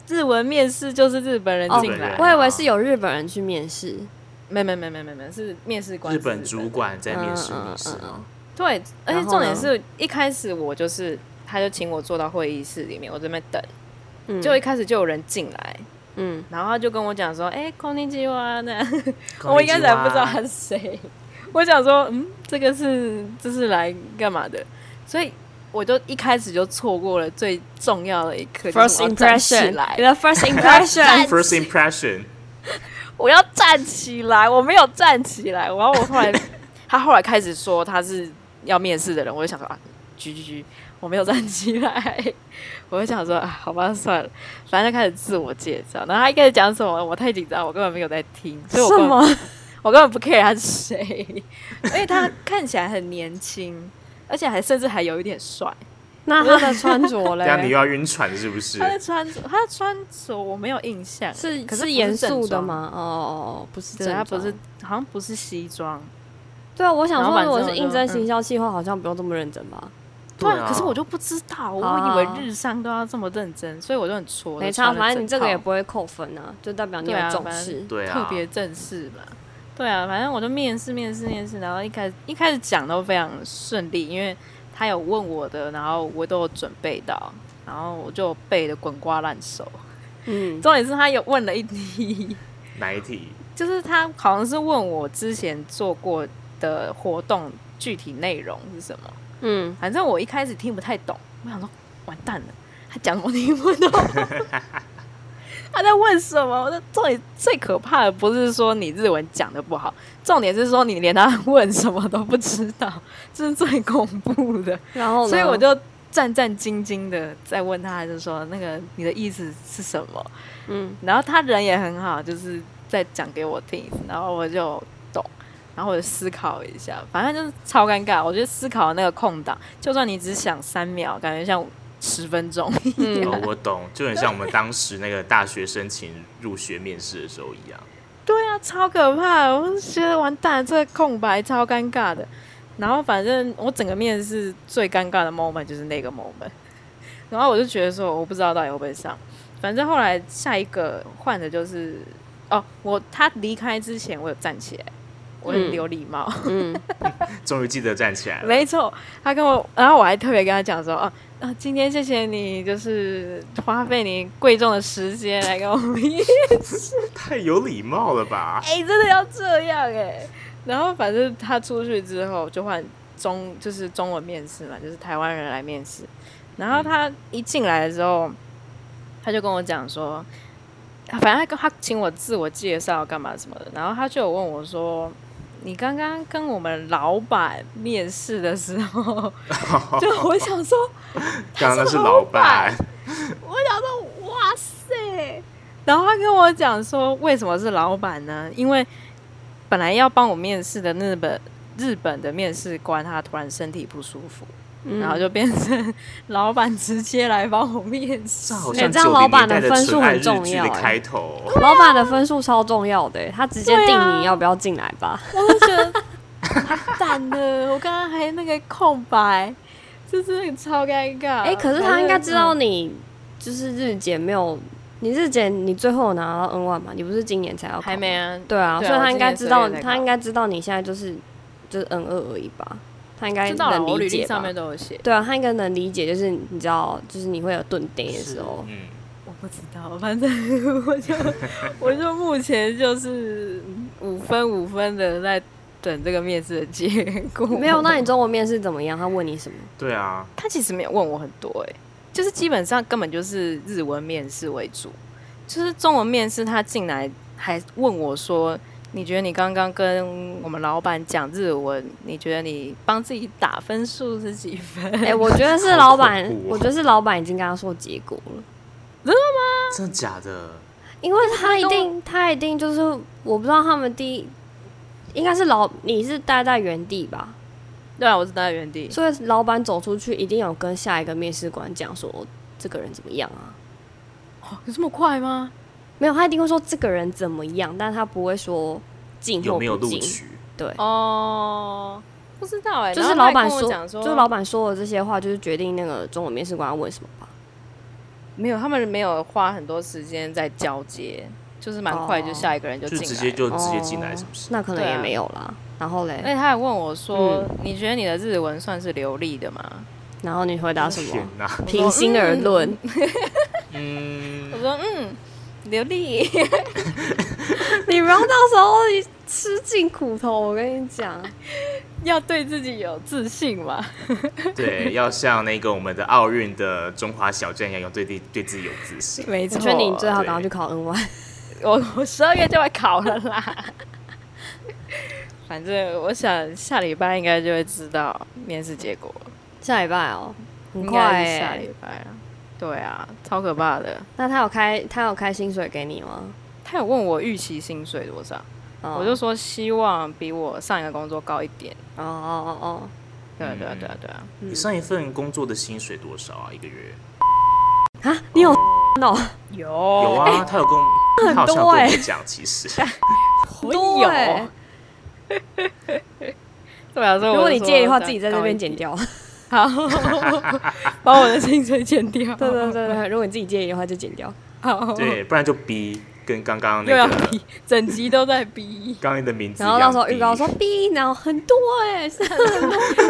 Speaker 1: 日文面试就是日本人
Speaker 3: 哦
Speaker 1: 进来，
Speaker 2: 对
Speaker 3: 我以为是有日本人去面试。
Speaker 1: 没没没没没没是面试官
Speaker 2: 日
Speaker 1: 是
Speaker 2: 本主管在面试
Speaker 3: 嗯
Speaker 2: 你是
Speaker 3: 嗯嗯
Speaker 2: 吗？
Speaker 1: 对，而且
Speaker 3: 然后
Speaker 1: 重点
Speaker 3: 呢
Speaker 1: 是一开始我就是他就请我坐到会议室里面，我这边等，
Speaker 3: 嗯，
Speaker 1: 就一开始就有人进来，
Speaker 3: 嗯，
Speaker 1: 然后他就跟我讲说，哎、空空计划呢？ (laughs)
Speaker 2: こ
Speaker 1: 我
Speaker 2: んにちは
Speaker 1: 一开始还不知道他是谁，我想说，嗯，这个是这是来干嘛的？所以我就一开始就错过了最重要的一刻就是
Speaker 3: First
Speaker 1: 我要站起
Speaker 3: impression，
Speaker 1: 来
Speaker 3: 你的 first (laughs) impression，
Speaker 2: first impression，
Speaker 1: 我要站起来，我没有站起来。然后我
Speaker 3: (laughs)
Speaker 1: 后来，他后来开始说他是要面试的人，我就想说啊，居居居，我没有站起来。我就想说啊，好吧，算了，反正就开始自我介绍。然后他一开始讲什么，我太紧张，我根本没有在听，所以我
Speaker 3: 什
Speaker 1: 根本
Speaker 3: 么？
Speaker 1: 我根本不 care 他是谁，因为他看起来很年轻，而且还甚至还有一点帅。
Speaker 3: 那啊他的穿着
Speaker 2: (laughs) 这样你
Speaker 3: 嘞？
Speaker 2: 又要晕船是不是
Speaker 1: 他？的穿着，他的穿着我没有印象，
Speaker 3: 是
Speaker 1: 可是不
Speaker 3: 严
Speaker 1: 正
Speaker 3: 肃的
Speaker 1: 装？
Speaker 3: 吗？哦哦哦，不是
Speaker 1: 对，
Speaker 3: 正
Speaker 1: 他
Speaker 3: 装，
Speaker 1: 不是，好像不是西装。
Speaker 3: 对啊，我想
Speaker 1: 然后
Speaker 3: 说，
Speaker 1: 反
Speaker 3: 如果
Speaker 1: 正
Speaker 3: 是
Speaker 1: 我
Speaker 3: 应
Speaker 1: 就
Speaker 3: 征
Speaker 1: 嗯
Speaker 3: 行销计划，好像不用这么认真吧？
Speaker 1: 对
Speaker 2: 对
Speaker 1: 啊
Speaker 2: 啊，
Speaker 1: 可是我就不知道，我
Speaker 3: 啊
Speaker 1: 以为日上都要这么认真，所以我就很挫。
Speaker 3: 没
Speaker 1: 就穿
Speaker 3: 差，
Speaker 1: 了
Speaker 3: 反正你这
Speaker 1: 整
Speaker 3: 个也
Speaker 1: 套
Speaker 3: 不会扣分啊，就代表你
Speaker 1: 对
Speaker 3: 有
Speaker 1: 啊
Speaker 3: 重
Speaker 1: 反正
Speaker 3: 视。
Speaker 2: 对啊
Speaker 1: 特，别正式嘛。对啊，反正我就面试面试面试，然后一开始一开始讲都非常顺利，因为他有问我的，然后我都有准备到，然后我就背的滚瓜烂熟。
Speaker 3: 嗯，
Speaker 1: 重点是他有问了一题， (laughs)
Speaker 2: 哪一题？
Speaker 1: 就是他好像是问我之前做过的活动具体内容是什么，
Speaker 3: 嗯，
Speaker 1: 反正我一开始听不太懂，我想说完蛋了，他讲什么听不懂， (laughs) 他在问什么？我说重点最可怕的不是说你日文讲的不好，重点是说你连他问什么都不知道，这是最恐怖的。
Speaker 3: 然后呢
Speaker 1: 所以我就战战兢兢的在问他，就说那个你的意思是什么？
Speaker 3: 嗯
Speaker 1: 然后他人也很好，就是在讲给我听，然后我就懂，然后我就思考一下，反正就是超尴尬。我觉得思考的那个空档，就算你只想三秒，感觉像十分钟。
Speaker 3: 嗯
Speaker 2: 哦，我懂，就很像我们当时那个大学申请入学面试的时候一样。
Speaker 1: 对啊，超可怕！我就觉得完蛋，这个空白超尴尬的。然后反正我整个面试最尴尬的 moment 就是那个 moment，然后我就觉得说我不知道到底会不会上。反正后来下一个换的就是哦，我他离开之前我有站起来，我很
Speaker 3: 嗯
Speaker 1: 有礼貌，
Speaker 3: (laughs) 嗯，
Speaker 2: 终于记得站起来了，
Speaker 1: 没错，他跟我，然后我还特别跟他讲说，啊啊，今天谢谢你，就是花费你贵重的时间来跟我们一起
Speaker 2: 太有礼貌了吧？
Speaker 1: 哎、真的要这样哎、然后反正他出去之后就换中，就是中文面试嘛，就是台湾人来面试。然后他一进来的时候，他就跟我讲说，啊反正他跟他请我自我介绍干嘛什么的。然后他就有问我说，你刚刚跟我们老板面试的时 (laughs) 候，就我想说，
Speaker 2: 刚刚那
Speaker 1: 他
Speaker 2: 是
Speaker 1: 是
Speaker 2: 老
Speaker 1: 老
Speaker 2: 板
Speaker 1: 板，我想说，哇塞！然后他跟我讲说，为什么是老板呢？因为本来要帮我面试的日本日本的面试官，他突然身体不舒服，
Speaker 3: 嗯
Speaker 1: 然后就变成老板直接来帮我面试
Speaker 2: 这。好
Speaker 3: 哎
Speaker 1: (laughs)
Speaker 2: 像
Speaker 3: 这样
Speaker 2: 九
Speaker 3: 老
Speaker 2: 零
Speaker 3: 板
Speaker 2: 年代
Speaker 3: 的
Speaker 2: 的
Speaker 3: 分
Speaker 2: 纯
Speaker 3: 数
Speaker 2: 爱
Speaker 3: 很
Speaker 2: 日
Speaker 3: 重
Speaker 2: 剧
Speaker 3: 要
Speaker 2: 的
Speaker 3: 哎
Speaker 2: 开头。
Speaker 3: 老板的分数超重要的，欸他直接
Speaker 1: 对啊
Speaker 3: 定你要不要进来吧。
Speaker 1: 我就觉得完蛋了，我刚刚还那个空白，这真的超尴尬。
Speaker 3: 哎、可是他应该知道你就是日检没有，你日检你最后有拿到 N 万嘛？你不是今年才要考吗
Speaker 1: 还没啊？
Speaker 3: 对啊，
Speaker 1: 对啊
Speaker 3: 所以他应该知道
Speaker 1: 我今年十二月才，考
Speaker 3: 他应该知道你现在就是就是 N 二而已吧？他应该
Speaker 1: 知道了，
Speaker 3: 能
Speaker 1: 我
Speaker 3: 理
Speaker 1: 履历
Speaker 3: 解
Speaker 1: 上
Speaker 3: 吧
Speaker 1: 面？都有写。
Speaker 3: 对啊，他应该能理解，就是你知道，就是你会有顿点的时候，
Speaker 2: 嗯，
Speaker 1: 我不知道，反正 (laughs) 我就我就目前就是五分五分的在等这个面试的结果。
Speaker 3: 没有？那你中文面试怎么样？他
Speaker 1: (laughs)
Speaker 3: 问你什么？
Speaker 2: 对啊，
Speaker 1: 他其实没有问我很多、欸，就是基本上根本就是日文面试为主，就是中文面试他进来还问我说，你觉得你刚刚跟我们老板讲日文，你觉得你帮自己打分数是几分？
Speaker 3: 哎、我觉得是老板
Speaker 2: 好恐，
Speaker 1: 啊
Speaker 2: 怖哦
Speaker 3: 我觉得是老板已经跟他说结果了。
Speaker 2: 真的假的？
Speaker 3: 因为他一
Speaker 1: 他
Speaker 3: 定，他一定就是，我不知道他们第一，应该是老你是待在原地吧，
Speaker 1: 对啊，我是待在原地。
Speaker 3: 所以老板走出去一定有跟下一个面试官讲说这个人怎么样啊？
Speaker 1: 哦有这么快吗？
Speaker 3: 没有，他一定会说这个人怎么样，但他不会说进
Speaker 2: 有
Speaker 3: 或
Speaker 2: 没有
Speaker 3: 不
Speaker 2: 录
Speaker 3: 进。
Speaker 2: 取？
Speaker 3: 对，
Speaker 1: 哦，不知道哎、欸，
Speaker 3: 就是
Speaker 1: 然后他还
Speaker 3: 老板
Speaker 1: 跟我
Speaker 3: 说，
Speaker 1: 讲说，
Speaker 3: 就是老板说的这些话，就是决定那个中文面试官要问什么吧。
Speaker 1: 没有，他们没有花很多时间在交接，就是蛮快就下一个人就
Speaker 2: 哦就
Speaker 1: 进来。
Speaker 2: 直接就直接进来，
Speaker 3: 哦
Speaker 2: 是不是？
Speaker 3: 那可能
Speaker 1: 对啊哎
Speaker 3: 也没有啦。然后嘞
Speaker 1: 而，且他还问我说：“
Speaker 3: 嗯
Speaker 1: 你觉得你的日文算是流利的吗
Speaker 3: 然后你回答什
Speaker 2: 天
Speaker 3: 么？
Speaker 2: 哪，
Speaker 3: 平心而论，
Speaker 2: 嗯？”
Speaker 1: 我，说：“嗯，流利。
Speaker 3: (laughs)
Speaker 1: (laughs)
Speaker 3: 你不要到时候吃尽苦头。我跟你讲，
Speaker 1: 要对自己有自信嘛。
Speaker 2: 对，要像那个我们的奥运的中华小将一样，有对自对自己有自信”。
Speaker 1: 没
Speaker 3: 我觉得你最好
Speaker 2: 对
Speaker 3: 赶快去考 N 万。
Speaker 1: 我我十二月就会考了啦。 (laughs) 反正我想下礼拜应该就会知道面试结果，
Speaker 3: 下礼拜哦，很
Speaker 1: 应
Speaker 3: 快
Speaker 1: 该
Speaker 3: 哎、
Speaker 1: 是下礼拜了。对啊，超可怕的。
Speaker 3: 那他有开他有开薪水给你吗？
Speaker 1: 他有问我预期薪水多少，
Speaker 3: 哦
Speaker 1: 我就说希望比我上一个工作高一点。
Speaker 3: 哦哦哦
Speaker 1: 对啊
Speaker 2: 嗯
Speaker 1: 对啊对啊对啊，
Speaker 2: 你上一份工作的薪水多少啊？一个月？
Speaker 3: 哦，啊，你有
Speaker 2: 哦
Speaker 1: 有
Speaker 2: 有
Speaker 1: 有，
Speaker 2: 啊？他有跟我，他好像有
Speaker 3: 哦哎多
Speaker 2: 跟
Speaker 3: 欸
Speaker 2: 我讲，其
Speaker 3: (laughs)
Speaker 2: 实
Speaker 1: 我
Speaker 3: 多欸
Speaker 1: 有。 (laughs) 对啊，所以
Speaker 3: 如
Speaker 1: 我就
Speaker 3: 果你
Speaker 1: 说
Speaker 3: 介意的话，自己在这边
Speaker 1: 高一
Speaker 3: 剪
Speaker 1: 点，
Speaker 3: 掉。
Speaker 1: 好， (laughs) 把我的薪水剪掉。
Speaker 3: (laughs) 对对对对，如果你自己介意的话就剪掉。
Speaker 1: 好，
Speaker 2: 对，不然就逼。跟刚刚那
Speaker 1: 又要
Speaker 2: 个，
Speaker 1: 逼，整集都在逼
Speaker 3: (laughs)
Speaker 2: 刚刚的名字一
Speaker 3: 啊然
Speaker 2: 样
Speaker 3: 后
Speaker 2: 低，
Speaker 3: 到时候预告说 B 然后很多哎、是很多，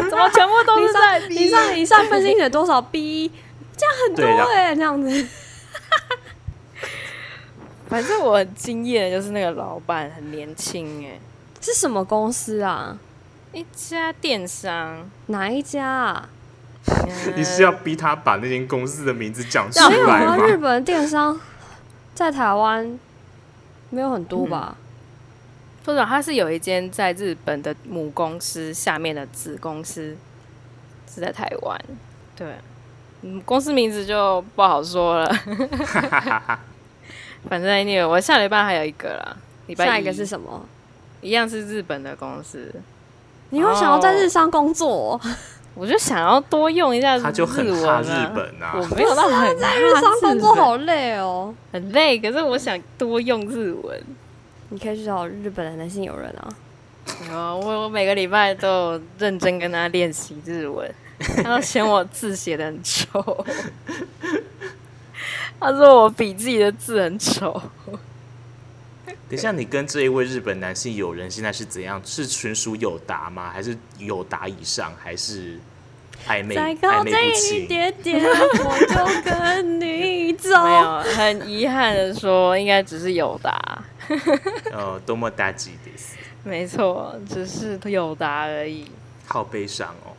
Speaker 1: 怎么全部都
Speaker 3: 你
Speaker 1: 是在
Speaker 3: 上你
Speaker 1: 逼？
Speaker 3: 上你上分析写多少 B，这样很多
Speaker 2: 对然啊后
Speaker 3: 哎、这样子。
Speaker 1: 反正我很惊艳，就是那个老板很年轻哎，
Speaker 3: 是什么公司啊？
Speaker 1: 一家电商，
Speaker 3: 哪一家啊？
Speaker 1: 嗯
Speaker 2: (laughs) 你是要逼他把那间公司的名字讲出
Speaker 3: 没有
Speaker 2: 来
Speaker 3: 啊，日
Speaker 2: 吗？
Speaker 3: 本电商在台湾没有很多吧？
Speaker 1: 不知道他是有一间在日本的母公司下面的子公司是在台湾，对，嗯，公司名字就不好
Speaker 2: (laughs)
Speaker 1: 说了，反正 anyway，我下礼拜还有一个啦，礼拜
Speaker 3: 嗯下一个是什么？
Speaker 1: 一样是日本的公司，
Speaker 3: 你会想要在日商工作、哦
Speaker 1: 我就想要多用一下日文、啊，
Speaker 2: 他就很怕日本啊
Speaker 1: 我没有到很怕
Speaker 3: 日商工作
Speaker 1: 日本
Speaker 3: 好累哦。
Speaker 1: 很累，可是我想多用日文。
Speaker 3: 你可以去找日本的男性友人啊。
Speaker 1: 哦，我我每个礼拜都有认真跟他练习日 (laughs) 文，他都嫌我字写的很丑， (laughs) 他说我比自己的字很丑。
Speaker 2: 等一下，你跟这一位日本男性友人现在是怎样？是纯属友达吗？还是友达以上？还是暧昧
Speaker 3: 再
Speaker 2: 暧
Speaker 3: 靠
Speaker 2: 昧
Speaker 3: 近
Speaker 2: 不
Speaker 3: 一
Speaker 2: 清？
Speaker 3: 点点，我就跟你走。
Speaker 1: 没有，很遗憾的说，应该只是友达，
Speaker 2: 呃，多么大吉的，
Speaker 1: 没错，只是友达而已。
Speaker 2: 好悲伤哦。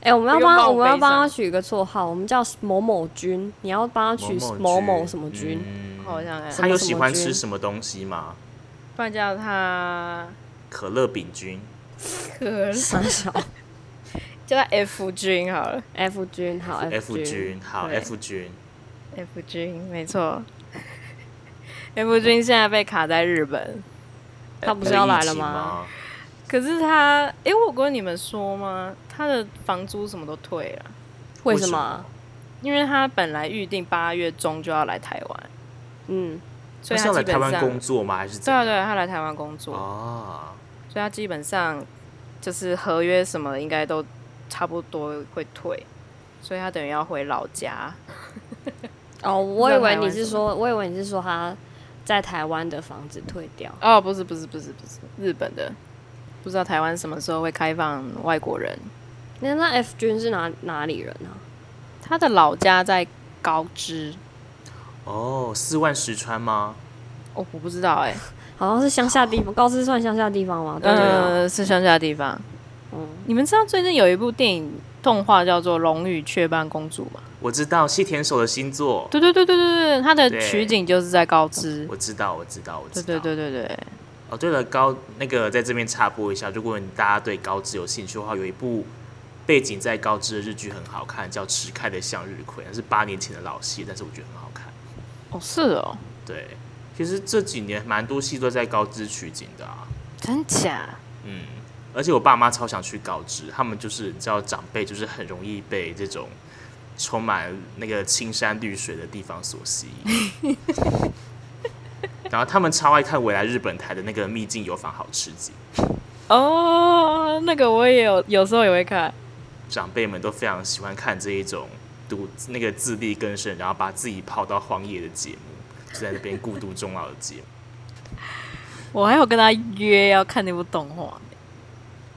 Speaker 3: 哎、我们要
Speaker 1: 不用
Speaker 3: 帮他
Speaker 1: 帮我
Speaker 3: 我们要
Speaker 1: 背
Speaker 3: 帮他
Speaker 1: 上
Speaker 3: 取一个绰号，我们叫某某君。你要帮他取某某什么君？
Speaker 2: 嗯
Speaker 1: 好像哎
Speaker 2: 他有
Speaker 3: 什么
Speaker 2: 喜欢
Speaker 3: 君
Speaker 2: 吃什么东西吗？
Speaker 1: 不然叫他
Speaker 2: 可乐饼君。
Speaker 1: 可
Speaker 3: 傻小
Speaker 1: 叫他 F 君好了
Speaker 3: F 君，好
Speaker 2: F
Speaker 3: 君。
Speaker 2: 君，好
Speaker 1: 对
Speaker 2: F 君，
Speaker 1: ，F 君没错。F 君现在被卡在日本，
Speaker 3: 他不
Speaker 2: 那
Speaker 3: 是
Speaker 2: 个
Speaker 3: 要
Speaker 2: 疫
Speaker 3: 来了
Speaker 2: 情
Speaker 3: 吗？
Speaker 2: 吗？
Speaker 1: 可是他，诶，我有跟你们说吗？他的房租什么都退了，
Speaker 3: 为
Speaker 2: 为
Speaker 3: 什
Speaker 2: 什
Speaker 3: 么
Speaker 2: 么？
Speaker 1: 因为他本来预定八月中就要来台湾，
Speaker 3: 嗯，
Speaker 1: 所
Speaker 2: 他
Speaker 1: 以
Speaker 2: 是
Speaker 1: 他
Speaker 2: 要
Speaker 1: 基
Speaker 2: 来
Speaker 1: 本
Speaker 2: 台
Speaker 1: 上
Speaker 2: 湾工作吗？还是怎
Speaker 1: 对啊
Speaker 2: 样？
Speaker 1: 对啊，他来台湾工作，
Speaker 2: 啊，
Speaker 1: 所以他基本上就是合约什么的应该都差不多会退，所以他等于要回老家。
Speaker 3: 哦，我以为
Speaker 1: 台
Speaker 3: 你
Speaker 1: 湾
Speaker 3: 是
Speaker 1: 什么
Speaker 3: 说，我以为你是说他在台湾的房子退掉。
Speaker 1: 哦，不是不是不是不是日本的，不知道台湾什么时候会开放外国人。
Speaker 3: 那那 F 君是哪哪里人啊？
Speaker 1: 他的老家在高知，
Speaker 2: 哦，四万石川吗？
Speaker 1: 哦，我不知道哎、
Speaker 3: 好像是乡下地方，高知算乡下地方吗？对
Speaker 2: 啊
Speaker 3: 不对，
Speaker 1: 呃，是乡下地方。
Speaker 3: 嗯，
Speaker 1: 你们知道最近有一部电影动画叫做《龙与雀斑公主》吗？
Speaker 2: 我知道细田守的星座，
Speaker 1: 对对对对对对，它的
Speaker 2: 对
Speaker 1: 取景就是在高知。
Speaker 2: 我知道，我知道，我知
Speaker 1: 对
Speaker 2: 道。
Speaker 1: 对对对对，
Speaker 2: 哦，对了，高那个在这边插播一下，如果你大家对高知有兴趣的话，有一部背景在高知的日剧很好看，叫《迟开的向日葵》，那是八年前的老戏，但是我觉得很好看。
Speaker 1: 哦是哦，
Speaker 2: 对，其实这几年蛮多戏都在高知取景的啊。
Speaker 1: 真假？
Speaker 2: 嗯，而且我爸妈超想去高知，他们就是你知道长辈就是很容易被这种充满那个青山绿水的地方所吸引。 (laughs) 然后他们超爱看未来日本台的那个秘境油坊好吃鸡，
Speaker 1: 哦，那个我也有，有时候也会看。
Speaker 2: 长辈们都非常喜欢看这一种独那个自力更生，然后把自己抛到荒野的节目，就在那边孤独终老的节目。
Speaker 1: 我还有跟他约要看那部动画。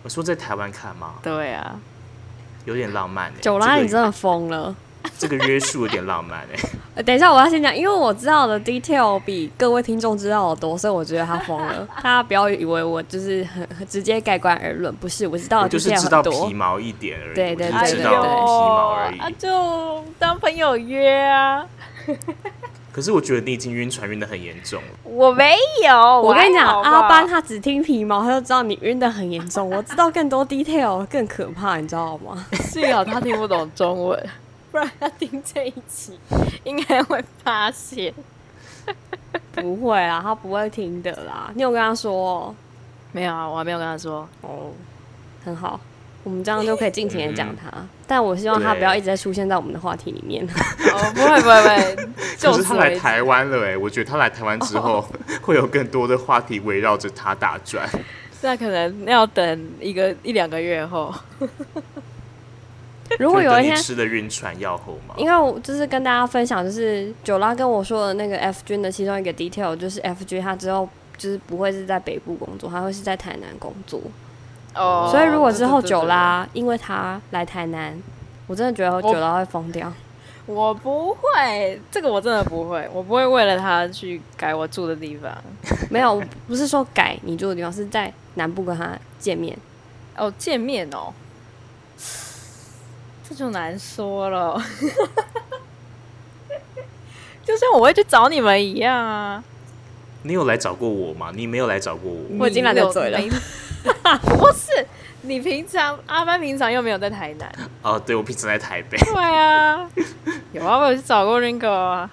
Speaker 2: 我说在台湾看吗？
Speaker 1: 对啊，
Speaker 2: 有点浪漫、欸。
Speaker 3: 九拉，你
Speaker 2: 这
Speaker 3: 真
Speaker 2: 个
Speaker 3: 的疯了。
Speaker 2: 这个约束有点浪漫哎、
Speaker 3: 呃等一下，我要先讲，因为我知道的 detail 比各位听众知道的多，所以我觉得他疯了。大家不要以为我就是很很直接盖棺而论，不是，我知道
Speaker 2: 我
Speaker 3: 的
Speaker 2: 就是
Speaker 3: detail
Speaker 2: 知道
Speaker 3: 很
Speaker 2: 皮
Speaker 3: 多。
Speaker 2: 毛一点而已，
Speaker 3: 对对
Speaker 2: 我
Speaker 3: 对
Speaker 2: 就是知道
Speaker 3: 对对哦
Speaker 2: 皮毛而已。
Speaker 1: 啊，就当朋友约啊。
Speaker 2: 可是我觉得你已经晕船晕的很严重了，
Speaker 1: 我没有，
Speaker 3: 我
Speaker 1: 我
Speaker 3: 跟你
Speaker 1: 还
Speaker 3: 讲，
Speaker 1: 好吧
Speaker 3: 阿班他只听皮毛，他就知道你晕的很严重。我知道更多 detail 更可怕，你知道吗？
Speaker 1: 幸好他听不懂中文， (laughs) 不然他听这一集应该会发现。
Speaker 3: 不会啦，他不会听的啦。你有跟他说哦，
Speaker 1: 没有啊，我还没有跟他说。
Speaker 3: 哦很好，我们这样就可以尽情的讲他。但我希望他
Speaker 2: 对
Speaker 3: 不要一直在出现在我们的话题里面。
Speaker 1: 哦，不会不会 (laughs) 不会，就
Speaker 2: 可是他来
Speaker 1: 为止。
Speaker 2: 台湾了哎、我觉得他来台湾之
Speaker 3: 哦
Speaker 2: 后 (laughs) 会有更多的话题围绕着他打转。
Speaker 1: 那可能要等一个一两个月后。
Speaker 3: (laughs) 如果
Speaker 2: 就
Speaker 3: 有
Speaker 2: 等
Speaker 3: 一
Speaker 2: 你
Speaker 3: 天，
Speaker 2: 吃的晕船药后吗？
Speaker 3: 因为我就是跟大家分享，就是九拉跟我说的那个 F 君的其中一个 detail，就是 F 君他之后就是不会是在北部工作，他会是在台南工作。
Speaker 1: 哦，
Speaker 3: 所以如果之后
Speaker 1: 对哦
Speaker 3: 九，拉因为他来台南，我真的觉得九拉会疯掉。 (laughs)
Speaker 1: 对对对我不会，这个我真的不会，我不会为了他去改我住的地方。
Speaker 3: 没有，我不是说改你住的地方，是在南部跟他见面。
Speaker 1: 哦，见面哦， (sighs) 这就难说 (laughs) 了。就像我会去找你们一样啊，
Speaker 2: 你有来找过我吗？你没有来找过我。
Speaker 3: 我已经懒得
Speaker 1: 你有
Speaker 3: 嘴了
Speaker 1: 没 (laughs) 不是，你平常阿班平常又没有在台南。
Speaker 2: 哦，对，我平常在台
Speaker 3: (laughs)
Speaker 2: 北。
Speaker 1: 对啊，有啊，我有去找过 Ringo 啊，